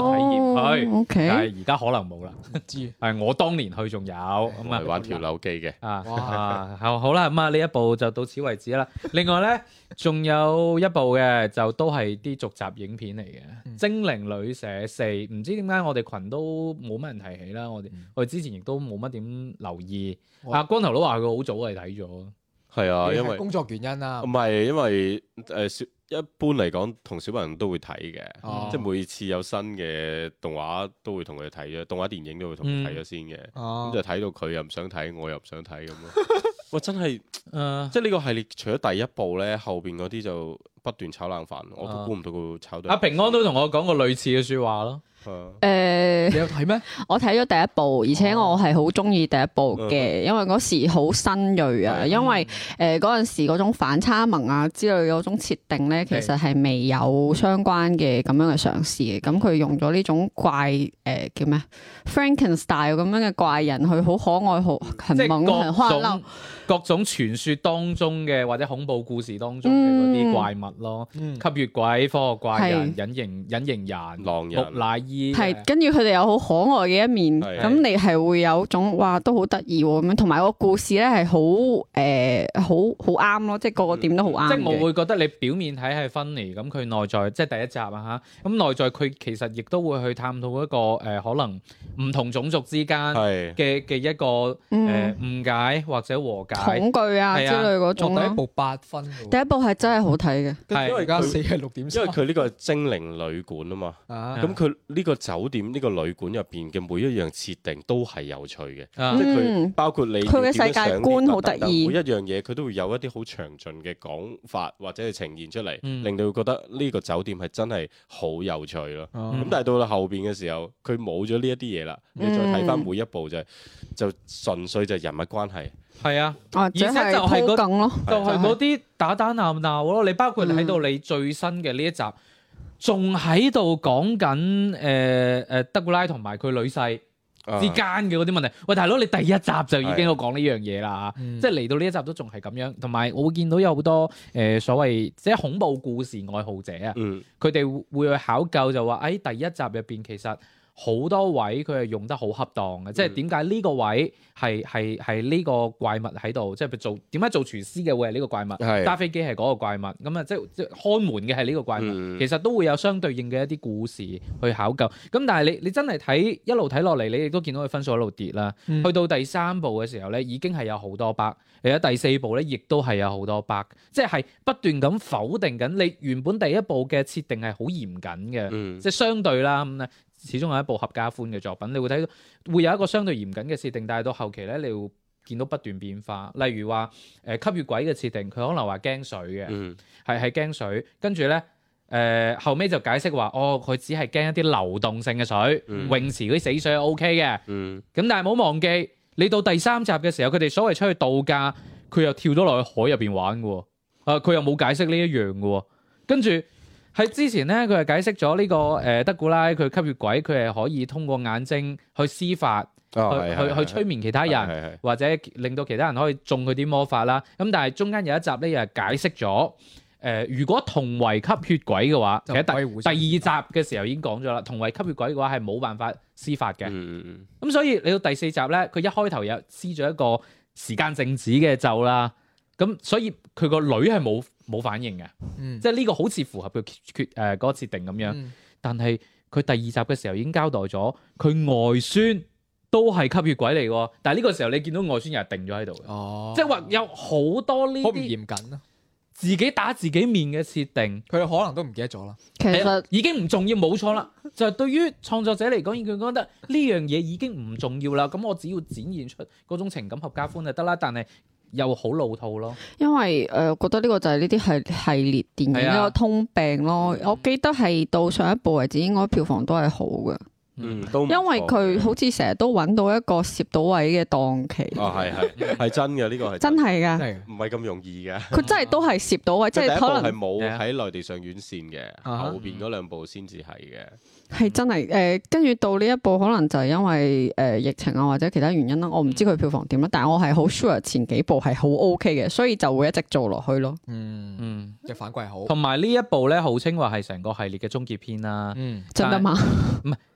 S3: 嗰個體驗去
S5: 哦
S3: 但
S5: OK，
S3: 係而家可能冇啦。
S4: 唔知
S3: 係我當年去仲有咁啊
S2: 係。哦玩跳樓機嘅。
S3: 啊
S4: 哇
S3: 啊，好好啦，咁啊呢一部就到此為止啦。另外咧，仲有一部嘅就都係啲續集影片嚟嘅，
S4: 嗯
S3: 精靈旅社四》。唔知點解我哋群都冇乜人提起啦，我哋、
S4: 嗯
S3: 我哋之前亦都冇乜點留意。
S4: 我
S3: 啊，光頭佬話佢好早係睇咗，
S2: 係啊，
S4: 你係
S2: 因為
S4: 工作原因啦
S3: 嗯
S2: 唔，係因為誒小一般嚟講，同小朋友都會睇嘅，
S4: 哦
S2: 即係每次有新嘅動畫都會同佢哋睇咗，動畫電影都會同佢哋睇咗先嘅。咁
S4: 哦
S2: 就，睇到佢又唔想睇，我又唔想睇咁 咯。哇！真係，
S3: 誒、
S4: 嗯
S2: 即係呢個系列，除咗第一部咧，後邊嗰啲就不斷炒冷飯，我
S3: 啊
S2: 都估唔到佢會炒到。
S3: 阿平安都同我講過類似嘅説話咯。
S2: 啊
S5: 誒
S3: 嗯
S4: 你，有睇咩？
S5: 我睇咗第一部，而且
S3: 哦
S5: 我係好中意第一部
S3: 嗯
S5: 嘅，因為嗰時好新鋭啊，
S4: 嗯
S5: 因為誒嗰陣時嗰種反差萌啊之類嗰種設定咧，其實係未有相關嘅咁樣嘅嘗試嘅。咁佢用咗呢種怪誒、呃叫咩 Frankenstein 咁樣嘅怪人，佢好可愛、好
S3: 即
S5: 很
S3: 係
S5: 萌、很
S3: 各
S5: 花嬲
S3: 種。各種傳說當中嘅或者恐怖故事當中嘅嗰啲
S5: 嗯
S3: 怪物咯，
S4: 嗯
S3: 吸血鬼、科學怪人、隱形隱形人、
S2: 狼人
S3: 木乃伊，
S5: 係，跟住佢哋有好可愛嘅一面，
S2: 係
S5: 咁你係會有種哇都好得意喎咁樣，同埋個故事咧係好誒好好啱咯，即係個個點都好
S3: 嗯即
S5: 啱
S3: 係我
S5: 嘅。
S3: 會覺得你表面睇係分離，咁佢內在即係第一集啊嚇，咁內在佢其實亦都會去探討一個誒、呃可能唔同種族之間
S2: 係
S3: 嘅嘅一個誒、呃誤
S5: 嗯，
S3: 解或者和解。
S5: 恐懼啊
S3: 係
S5: 之
S3: 啊
S5: 類嗰
S4: 我
S5: 種
S4: 第一
S5: 咯。
S4: 部八分嘅
S5: 第
S4: 喎，
S5: 一部係真係好睇嘅。
S3: 係
S4: 因為而家四係六點
S2: 因
S4: 三
S2: 為，佢呢個係精靈旅館啊嘛，
S4: 啊
S2: 咁佢呢個酒店呢個旅館入邊嘅每一樣設定都係有趣嘅。
S3: 啊
S2: 即係佢
S5: 嗯
S2: 包括你
S5: 佢嘅
S2: 要點樣
S5: 世界
S2: 上
S5: 觀
S2: 列
S5: 好
S2: 啊等
S5: 得
S2: 等
S5: 意
S2: 每一樣嘢佢都會有一啲好詳盡嘅講法或者係呈現出嚟，
S3: 嗯
S2: 令到佢覺得呢個酒店係真係好有趣咯。
S4: 哦
S3: 嗯
S2: 咁、但係到到後邊嘅時候，佢冇咗呢一啲嘢啦，你再
S3: 嗯
S2: 睇翻每一步就係、就純粹就係人物關係，
S3: 係啊，
S5: 或
S3: 且就
S5: 者哦係
S3: 係嗰
S5: 鋪梗咯，
S3: 就係嗰啲打打鬧鬧咯。你包括喺到你最新嘅呢一集，仲喺度講緊誒誒德古拉同埋佢女婿之
S2: 啊
S3: 間嘅嗰啲問題。喂，大佬，你第一集就已經有講呢樣嘢啦，
S4: 嗯
S3: 即係嚟到呢一集都仲係咁樣。同埋我會見到有好多誒、呃所謂即係恐怖故事愛好者啊，
S2: 嗯
S3: 佢哋會去考究就話，誒、哎第一集入邊其實。好多位佢係用得好恰當嘅，即係
S2: 嗯
S3: 點解呢個位係係係呢個怪物喺度，即係做點解做廚師嘅會係呢個怪物，
S2: 係
S3: 揸飛機係嗰個怪物，咁啊即係即係看門嘅係呢個怪物，
S2: 嗯
S3: 其實都會有相對應嘅一啲故事去考究。咁但係你你真係睇一路睇落嚟，你亦都見到佢分數一路跌啦。
S4: 嗯
S3: 去到第三部嘅時候咧，已經係有好多 bug，嚟到第四部咧，亦都係有好多 bug，即係不斷咁否定緊你原本第一部嘅設定係好嚴謹嘅。
S2: 嗯
S3: 即係相對啦咁咧，啊始終係一部合家歡嘅作品，你會睇到會有一個相對嚴謹嘅設定，但係到後期咧，你會見到不斷變化。例如話誒、吸血鬼嘅設定，佢可能話驚水嘅，
S2: 嗯
S3: 係係驚水，跟住咧。誒、後尾就解釋話，哦，佢只係驚一啲流動性嘅水，
S2: 嗯
S3: 泳池嗰啲死水係 O K 嘅。
S2: 嗯
S3: 咁但係冇忘記，你到第三集嘅時候，佢哋所謂出去度假，佢又跳咗落去海入邊玩嘅喎，啊佢又冇解釋呢一樣嘅喎，跟住。喺之前咧，佢係解釋咗呢、個誒、呃德古拉佢吸血鬼，佢係可以通過眼睛去施法，
S2: 哦
S3: 去去去催眠其他人，
S2: 人，
S3: 或者令到其他人可以中佢啲魔法啦。咁但係中間有一集咧，又係解釋咗誒、呃如果同為吸血鬼嘅話，其
S4: 就
S3: 實第
S4: 可以互
S3: 第
S4: 相
S3: 二集嘅時候已經講咗啦，同為吸血鬼嘅話係冇辦法施法嘅。
S2: 嗯
S3: 咁所以你到第四集咧，佢一開頭又施咗一個時間靜止嘅咒啦，咁所以佢個女係冇冇反應嘅，
S4: 嗯
S3: 即係呢個好似符合佢決誒嗰個設定咁樣。
S4: 嗯
S3: 但係佢第二集嘅時候已經交代咗，佢外孫都係吸血鬼嚟喎。但係呢個時候你見到外孫又係定咗喺度嘅，
S4: 哦，
S3: 即係話有好多呢
S4: 好唔
S3: 啲
S4: 嚴謹啊，
S3: 自己打自己面嘅設定。
S4: 佢可能都唔記得咗啦，
S5: 其實
S3: 已經唔重要，冇錯啦。就係對於創作者嚟講，佢覺得呢樣嘢已經唔重要啦。咁我只要展現出嗰種情感合家歡就得啦。但係又好老套咯。
S5: 因為誒，我覺得呢個就係呢啲系系列電
S3: 係
S5: 影
S3: 啊
S5: 一個通病咯。我記得係到上一部為止，應該票房都係好嘅，
S2: 嗯，都唔
S5: 因為
S2: 錯哦
S5: 佢好似成日都揾到一個攝到位嘅檔期，
S2: 啊係係係真嘅呢個係
S5: 真
S2: 係
S5: 係
S4: 真
S5: 㗎，
S4: 係
S2: 唔係咁容易嘅，
S5: 佢真係都係攝到位，即
S2: 即係第
S5: 係
S2: 一部
S5: 可
S2: 係
S5: 能
S2: 冇
S3: 係啊
S2: 喺內地上院線嘅，
S4: 啊哈
S2: 後邊嗰兩部先至係嘅。
S5: 係真係誒，跟住到呢一步可能就係因為誒疫情啊或者其他原因啦，我唔知佢票房點啦，但係我係好 sure 前幾部係好 OK 嘅，所以就會一直做落去咯。
S4: 嗯，
S3: 嗯，
S4: 即係反饋好。
S3: 同埋呢一部咧，號稱話係成個系列嘅終結篇啦，
S4: 嗯，
S5: 真㗎嘛？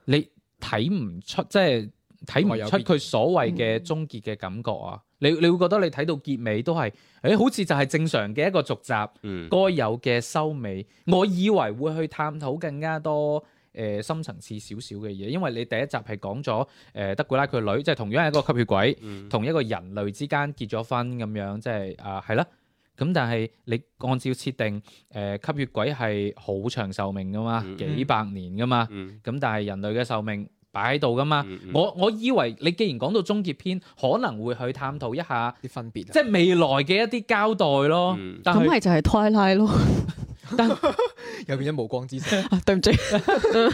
S3: 你睇唔出即係睇唔出佢所謂嘅終結嘅感覺啊！你你會覺得你睇到結尾都係，誒、好似就係正常嘅一個續集。
S2: 嗯，
S3: 該有嘅收尾，我以為會去探討更加多誒、呃深層次少少嘅嘢，因為你第一集係講咗誒德古拉佢女，即係同樣係一個吸血鬼，
S2: 嗯
S3: 同一個人類之間結咗婚咁樣，即係啊係啦。咁但係你按照設定，誒、吸血鬼係好長壽命噶嘛，
S2: 嗯
S3: 幾百年噶嘛，
S2: 嗯
S3: 咁但係人類嘅壽命擺喺度噶嘛。
S2: 嗯嗯
S3: 我我以為你既然講到終結篇，可能會去探討一下
S4: 啲分別啊。
S3: 即係未來嘅一啲交代咯。
S2: 嗯
S3: 但
S5: 咁
S3: 係
S5: 咪就係拖拉咯，
S4: 又變咗無光 之城。
S5: 啊對唔住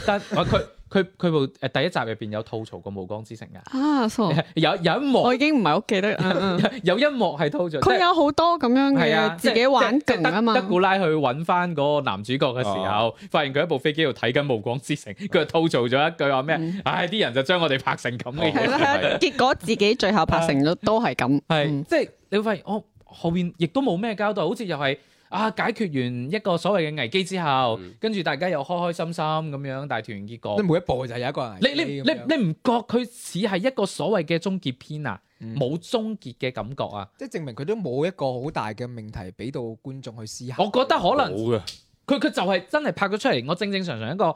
S3: 但我佢佢佢部誒第一集入邊有吐槽過《暮光之城》噶，
S5: 啊，傻，
S3: 有有一幕
S5: 我已經唔係好記得。嗯嗯
S3: 有一幕係吐槽，
S5: 佢
S3: 即係
S5: 有好多咁樣
S3: 係啊
S5: 嘅自己玩
S3: 即係即
S5: 勁
S3: 係
S5: 啊嘛
S3: 德，德古拉去揾翻嗰個男主角嘅時
S2: 哦
S3: 候，發現佢喺部飛機度睇緊《暮光之城》，佢就吐槽咗一句話咩？
S5: 嗯
S3: 唉，啲人就將我哋拍成咁嘅
S5: 係
S2: 哦
S3: 嘢，
S5: 啦，係啊結果自己最後拍成咗都係咁，
S3: 啊係
S5: 嗯
S3: 即係你會發現，我後邊亦都冇咩交代，好似又係。啊！解決完一個所謂嘅危機之後
S2: 嗯，
S3: 跟住大家又開開心心咁樣大團圓結果
S4: 即係。每一步就有一個人
S3: 你
S4: 危機
S3: 你
S4: 咁
S3: 你
S4: 樣
S3: 你唔覺佢似係一個所謂嘅終結篇啊？
S4: 嗯
S3: 冇終結嘅感覺啊！
S4: 即係證明佢都冇一個好大嘅命題俾到觀眾去思考。
S3: 我覺得可能
S2: 冇嘅，
S3: 佢佢就係真係拍咗出嚟，我正正常常一個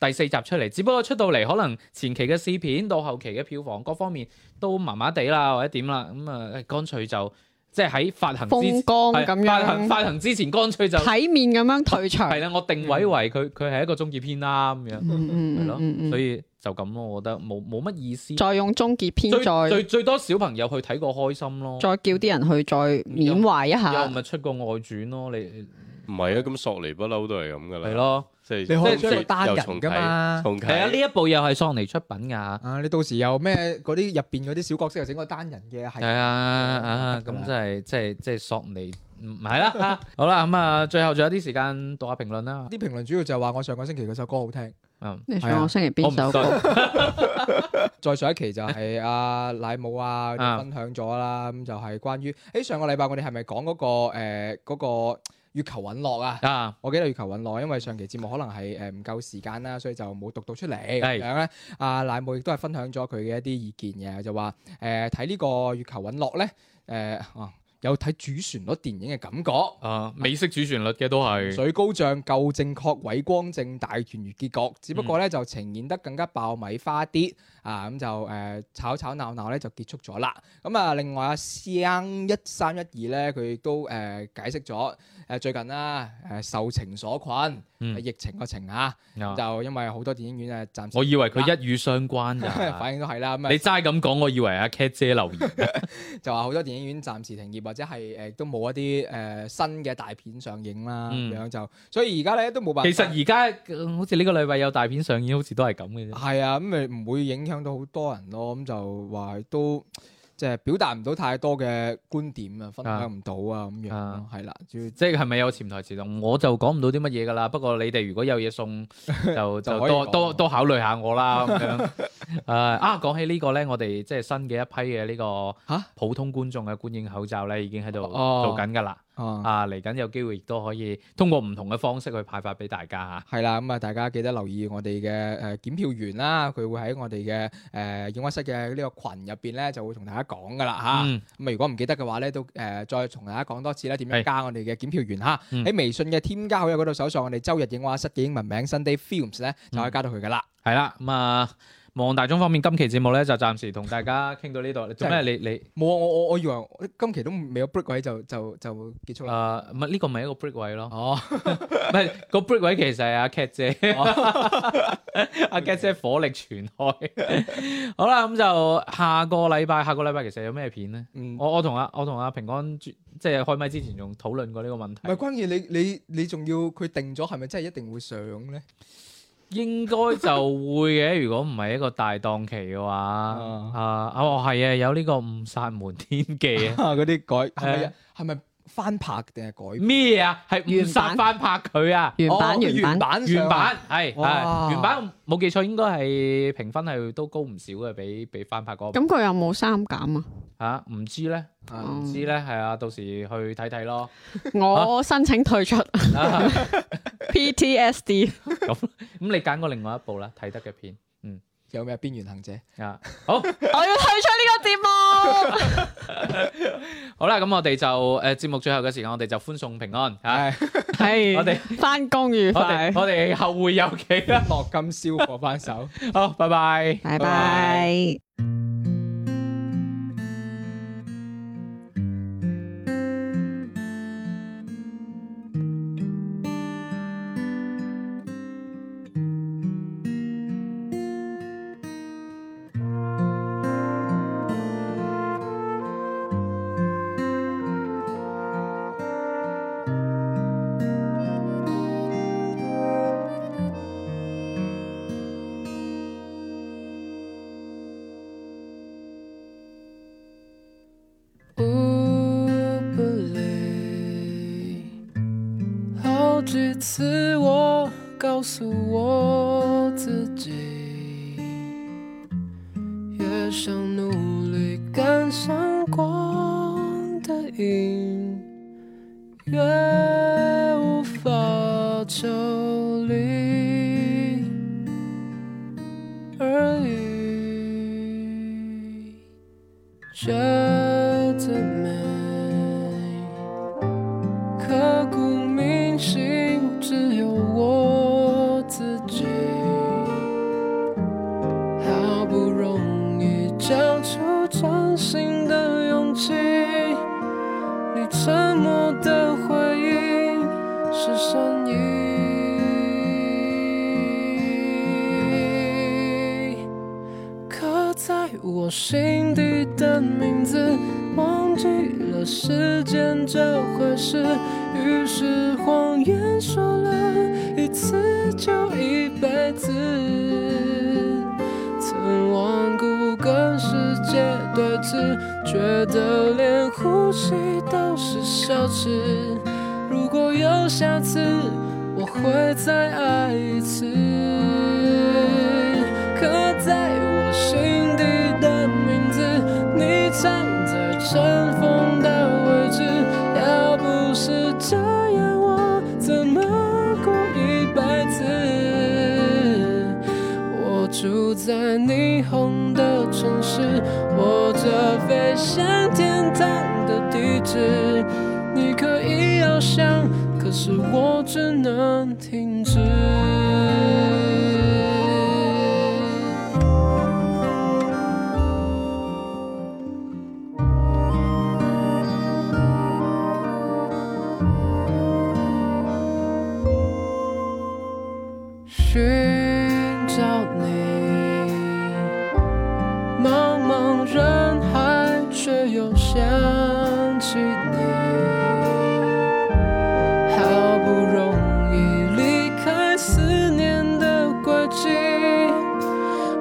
S3: 第四集出嚟，只不過出到嚟可能前期嘅試片到後期嘅票房各方面都麻麻地啦，或者點啦，咁啊，乾脆就即係喺發行之
S5: 風光
S3: 係
S5: 咁
S3: 發行
S5: 樣，
S3: 發行之前，乾脆就
S5: 體面咁樣退場，
S3: 係
S5: 嗯
S3: 啦，我定位為佢佢係一個終結篇啦咁樣，
S5: 嗯
S3: 係
S5: 嗯
S3: 咯
S5: 嗯，嗯
S3: 所以就咁咯，我覺得冇冇乜意思。
S5: 再用終結篇
S3: 最
S5: 再
S3: 最最多小朋友去睇個開心咯。
S5: 再叫啲人去再緬懷一
S3: 又
S5: 下，
S3: 咪出過外傳咯，你
S2: 唔係啊，咁索尼不嬲都係咁噶啦。
S3: 係，咯，
S2: 即係
S4: 你可以
S2: 即係
S4: 將佢單人
S2: 又重
S4: 㗎
S2: 啟
S4: 嘛
S2: 重啟
S3: 係啊，呢一部又係索尼出品㗎，
S4: 啊，你到時又咩嗰啲入邊嗰啲小角色又整個單人嘅
S3: 係
S4: 係。
S3: 啊啊，咁真係即係即係索尼，唔係啦 嚇，好啦咁啊，最後仲有啲時間讀下評論啦，
S4: 啲評論主要就係話我上個星期嗰首歌好聽，
S3: 嗯，
S5: 你想我星期邊首
S3: 我唔
S5: 歌？
S4: 再上一期就係阿 奶母啊
S3: 啊
S4: 分享咗啦，咁就係關於誒上個禮拜我哋係咪講嗰個誒嗰個月球陨落啊？
S3: 啊，
S4: 我記得月球揾落，因為上期節目可能係誒唔夠時間啦，所以就冇讀到出嚟咁
S3: 係
S4: 樣咧。阿奶母亦都係分享咗佢嘅一啲意見嘅，就話誒睇呢個月球揾落咧，誒、啊有睇主旋律電影嘅感覺。
S3: 啊，美式主旋律嘅都係，
S4: 水高漲夠正確，偉光正大團圓結局，只不
S3: 嗯
S4: 過咧就呈現得更加爆米花啲啊！咁就誒、呃吵吵鬧鬧咧就結束咗啦。咁啊，另外阿生一三一二咧，佢亦都誒、呃解釋咗誒、呃最近啦誒、呃受情所困，
S3: 嗯
S4: 疫情個情嚇，
S3: 啊
S4: 就因為好多電影院啊暫時
S3: 我以為佢一語相關 㗎，
S4: 反應都係啦，咁 啊
S3: 你齋咁講，我以為阿 Cat 姐留言，
S4: 就話好多電影院暫時停業，或者係誒都冇一啲誒、呃新嘅大片上映啦，咁、
S3: 嗯
S4: 樣就所以而家咧都冇辦法。
S3: 其實而家呃好似呢個禮拜有大片上映，好似都係咁嘅啫，
S4: 係啊，咁咪唔會影響到好多人咯。咁就話都即係表達唔到太多嘅觀點啊，分享唔到啊，咁樣咯
S3: 啊
S4: 係啦，主要
S3: 即係係咪有潛台詞咯？我就講唔到啲乜嘢㗎啦。不過你哋如果有嘢 送，就
S4: 就
S3: 就
S4: 可以
S3: 多
S4: 講
S3: 多多考慮下我啦咁樣。 誒啊，講起呢個咧，我哋即係新嘅一批嘅呢個
S4: 吓
S3: 普通觀眾嘅觀影口罩咧，已經喺度
S4: 哦
S3: 做緊㗎啦。
S4: 啊
S3: 啊，嚟緊有機會亦都可以通過唔同嘅方式去派發俾大家
S4: 係啦，咁啊大家記得留意我哋嘅誒檢票員啦，佢會喺我哋嘅誒影畫室嘅呢個群入邊咧就會同大家講噶啦
S3: 嚇。
S4: 嚇。
S3: 嗯，
S4: 咁啊，如果唔記得嘅話咧，都誒、呃再同大家講多次啦，點樣
S3: 係
S4: 加我哋嘅檢票員嚇？
S3: 嗯
S4: 喺、微信嘅添加好友嗰度搜索我哋周日影畫室嘅英文名 Sunday Films 咧，就可以加到佢噶啦。
S3: 係啦，咁啊，望大眾方面，今期節目咧就暫時同大家傾到呢度。你做咩？你你
S4: 冇啊，我我我以為今期都未有 break 位就就就結束啦。
S3: 誒啊唔係呢個咪一個 break 位咯？
S4: 哦，
S3: 唔係個 break 位其實係阿 Cat 姐， 阿 Cat 姐火力全開。好啦，咁就下個禮拜，下個禮拜其實有咩片咧？
S4: 嗯，唔
S3: 我我同阿我同阿平安即係開麥之前仲討論過呢個問題。
S4: 係關鍵你你你仲要佢定咗係咪真係一定會上咧？
S3: 應該就會嘅，如果唔係一個大檔期嘅話，
S4: 啊
S3: 啊啊哦係啊，有呢個誤殺瞞天記 啊，
S4: 嗰啲改係咪
S3: 誒
S4: 係咪翻拍定係改？
S3: 咩啊？係誤殺
S8: 原版
S3: 翻拍佢啊！
S8: 原
S4: 哦
S8: 版原
S4: 原
S8: 版
S4: 版上
S3: 原
S4: 啊
S3: 版係
S4: 哇
S3: 係原版冇記錯，應該係評分係都高唔少嘅，比比翻拍嗰個
S8: 咁佢有冇三減啊？
S3: 嚇唔知咧，
S4: 啊
S5: 嗯
S3: 唔知咧係啊，到時去睇睇咯。
S5: 哦
S8: 我申請退出
S3: 啊
S8: PTSD，
S3: 咁你揀過另外一部啦，睇得嘅片
S4: 有咩邊緣行者？
S3: 啊，好。
S8: 我要退出呢個節目。
S3: 好啦，咁我哋就誒節目最後嘅時間，我哋就歡送平安嚇。
S4: 係
S8: 係
S3: 我哋
S8: 翻工愉
S3: 我
S8: 快，
S3: 哋我哋後會有期啦。
S4: 落金燒火翻手。
S3: 好，拜拜。
S8: 拜拜。
S5: 不累。好几次我告诉我自己，越想努力赶上光的影，越无法抽离而已。觉得美，刻骨铭心，只有我自己。好不容易交出真心的勇气，你沉默的回应是善意。刻在我心底的名字，忘记了时间这回事，于是谎言说了一次就一辈子。曾顽固跟世界对峙，觉得连呼吸都是奢侈。如果有下次，我会再爱一次。刻在我心底的名字，你藏在尘封的位置。要不是这样，我怎么过一辈子？我住在霓虹的城市，我这飞向天堂的地址。你可以翱翔，可是我只能停止。寻找你，茫茫人海，却又想起你。好不容易离开思念的轨迹，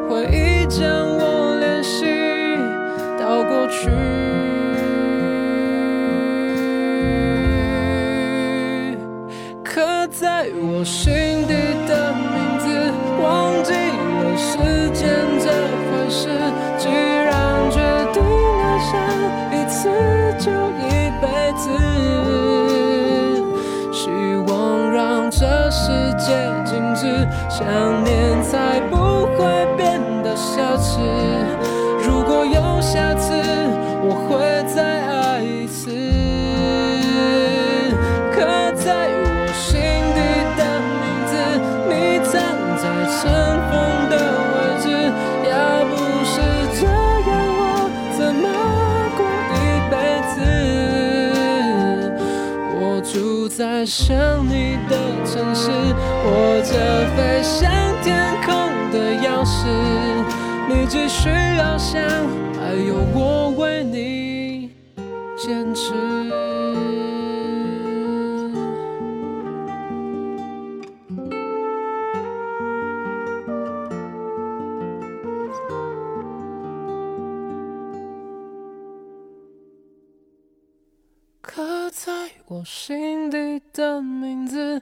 S5: 回忆将我联系到过去。刻在我心底的名字，忘记了时间这回事。既然决定爱上一次，就一辈子。希望让这世界静止，想念才不会变得奢侈。如果有下次，我会再爱一次。刻在我心底的名字，你藏在尘封的位置。要不是这样，我怎么过一辈子？我住在想你的城市，握着飞向天空的钥匙。你继续翱翔，还有我为你坚持。在我心底的名字，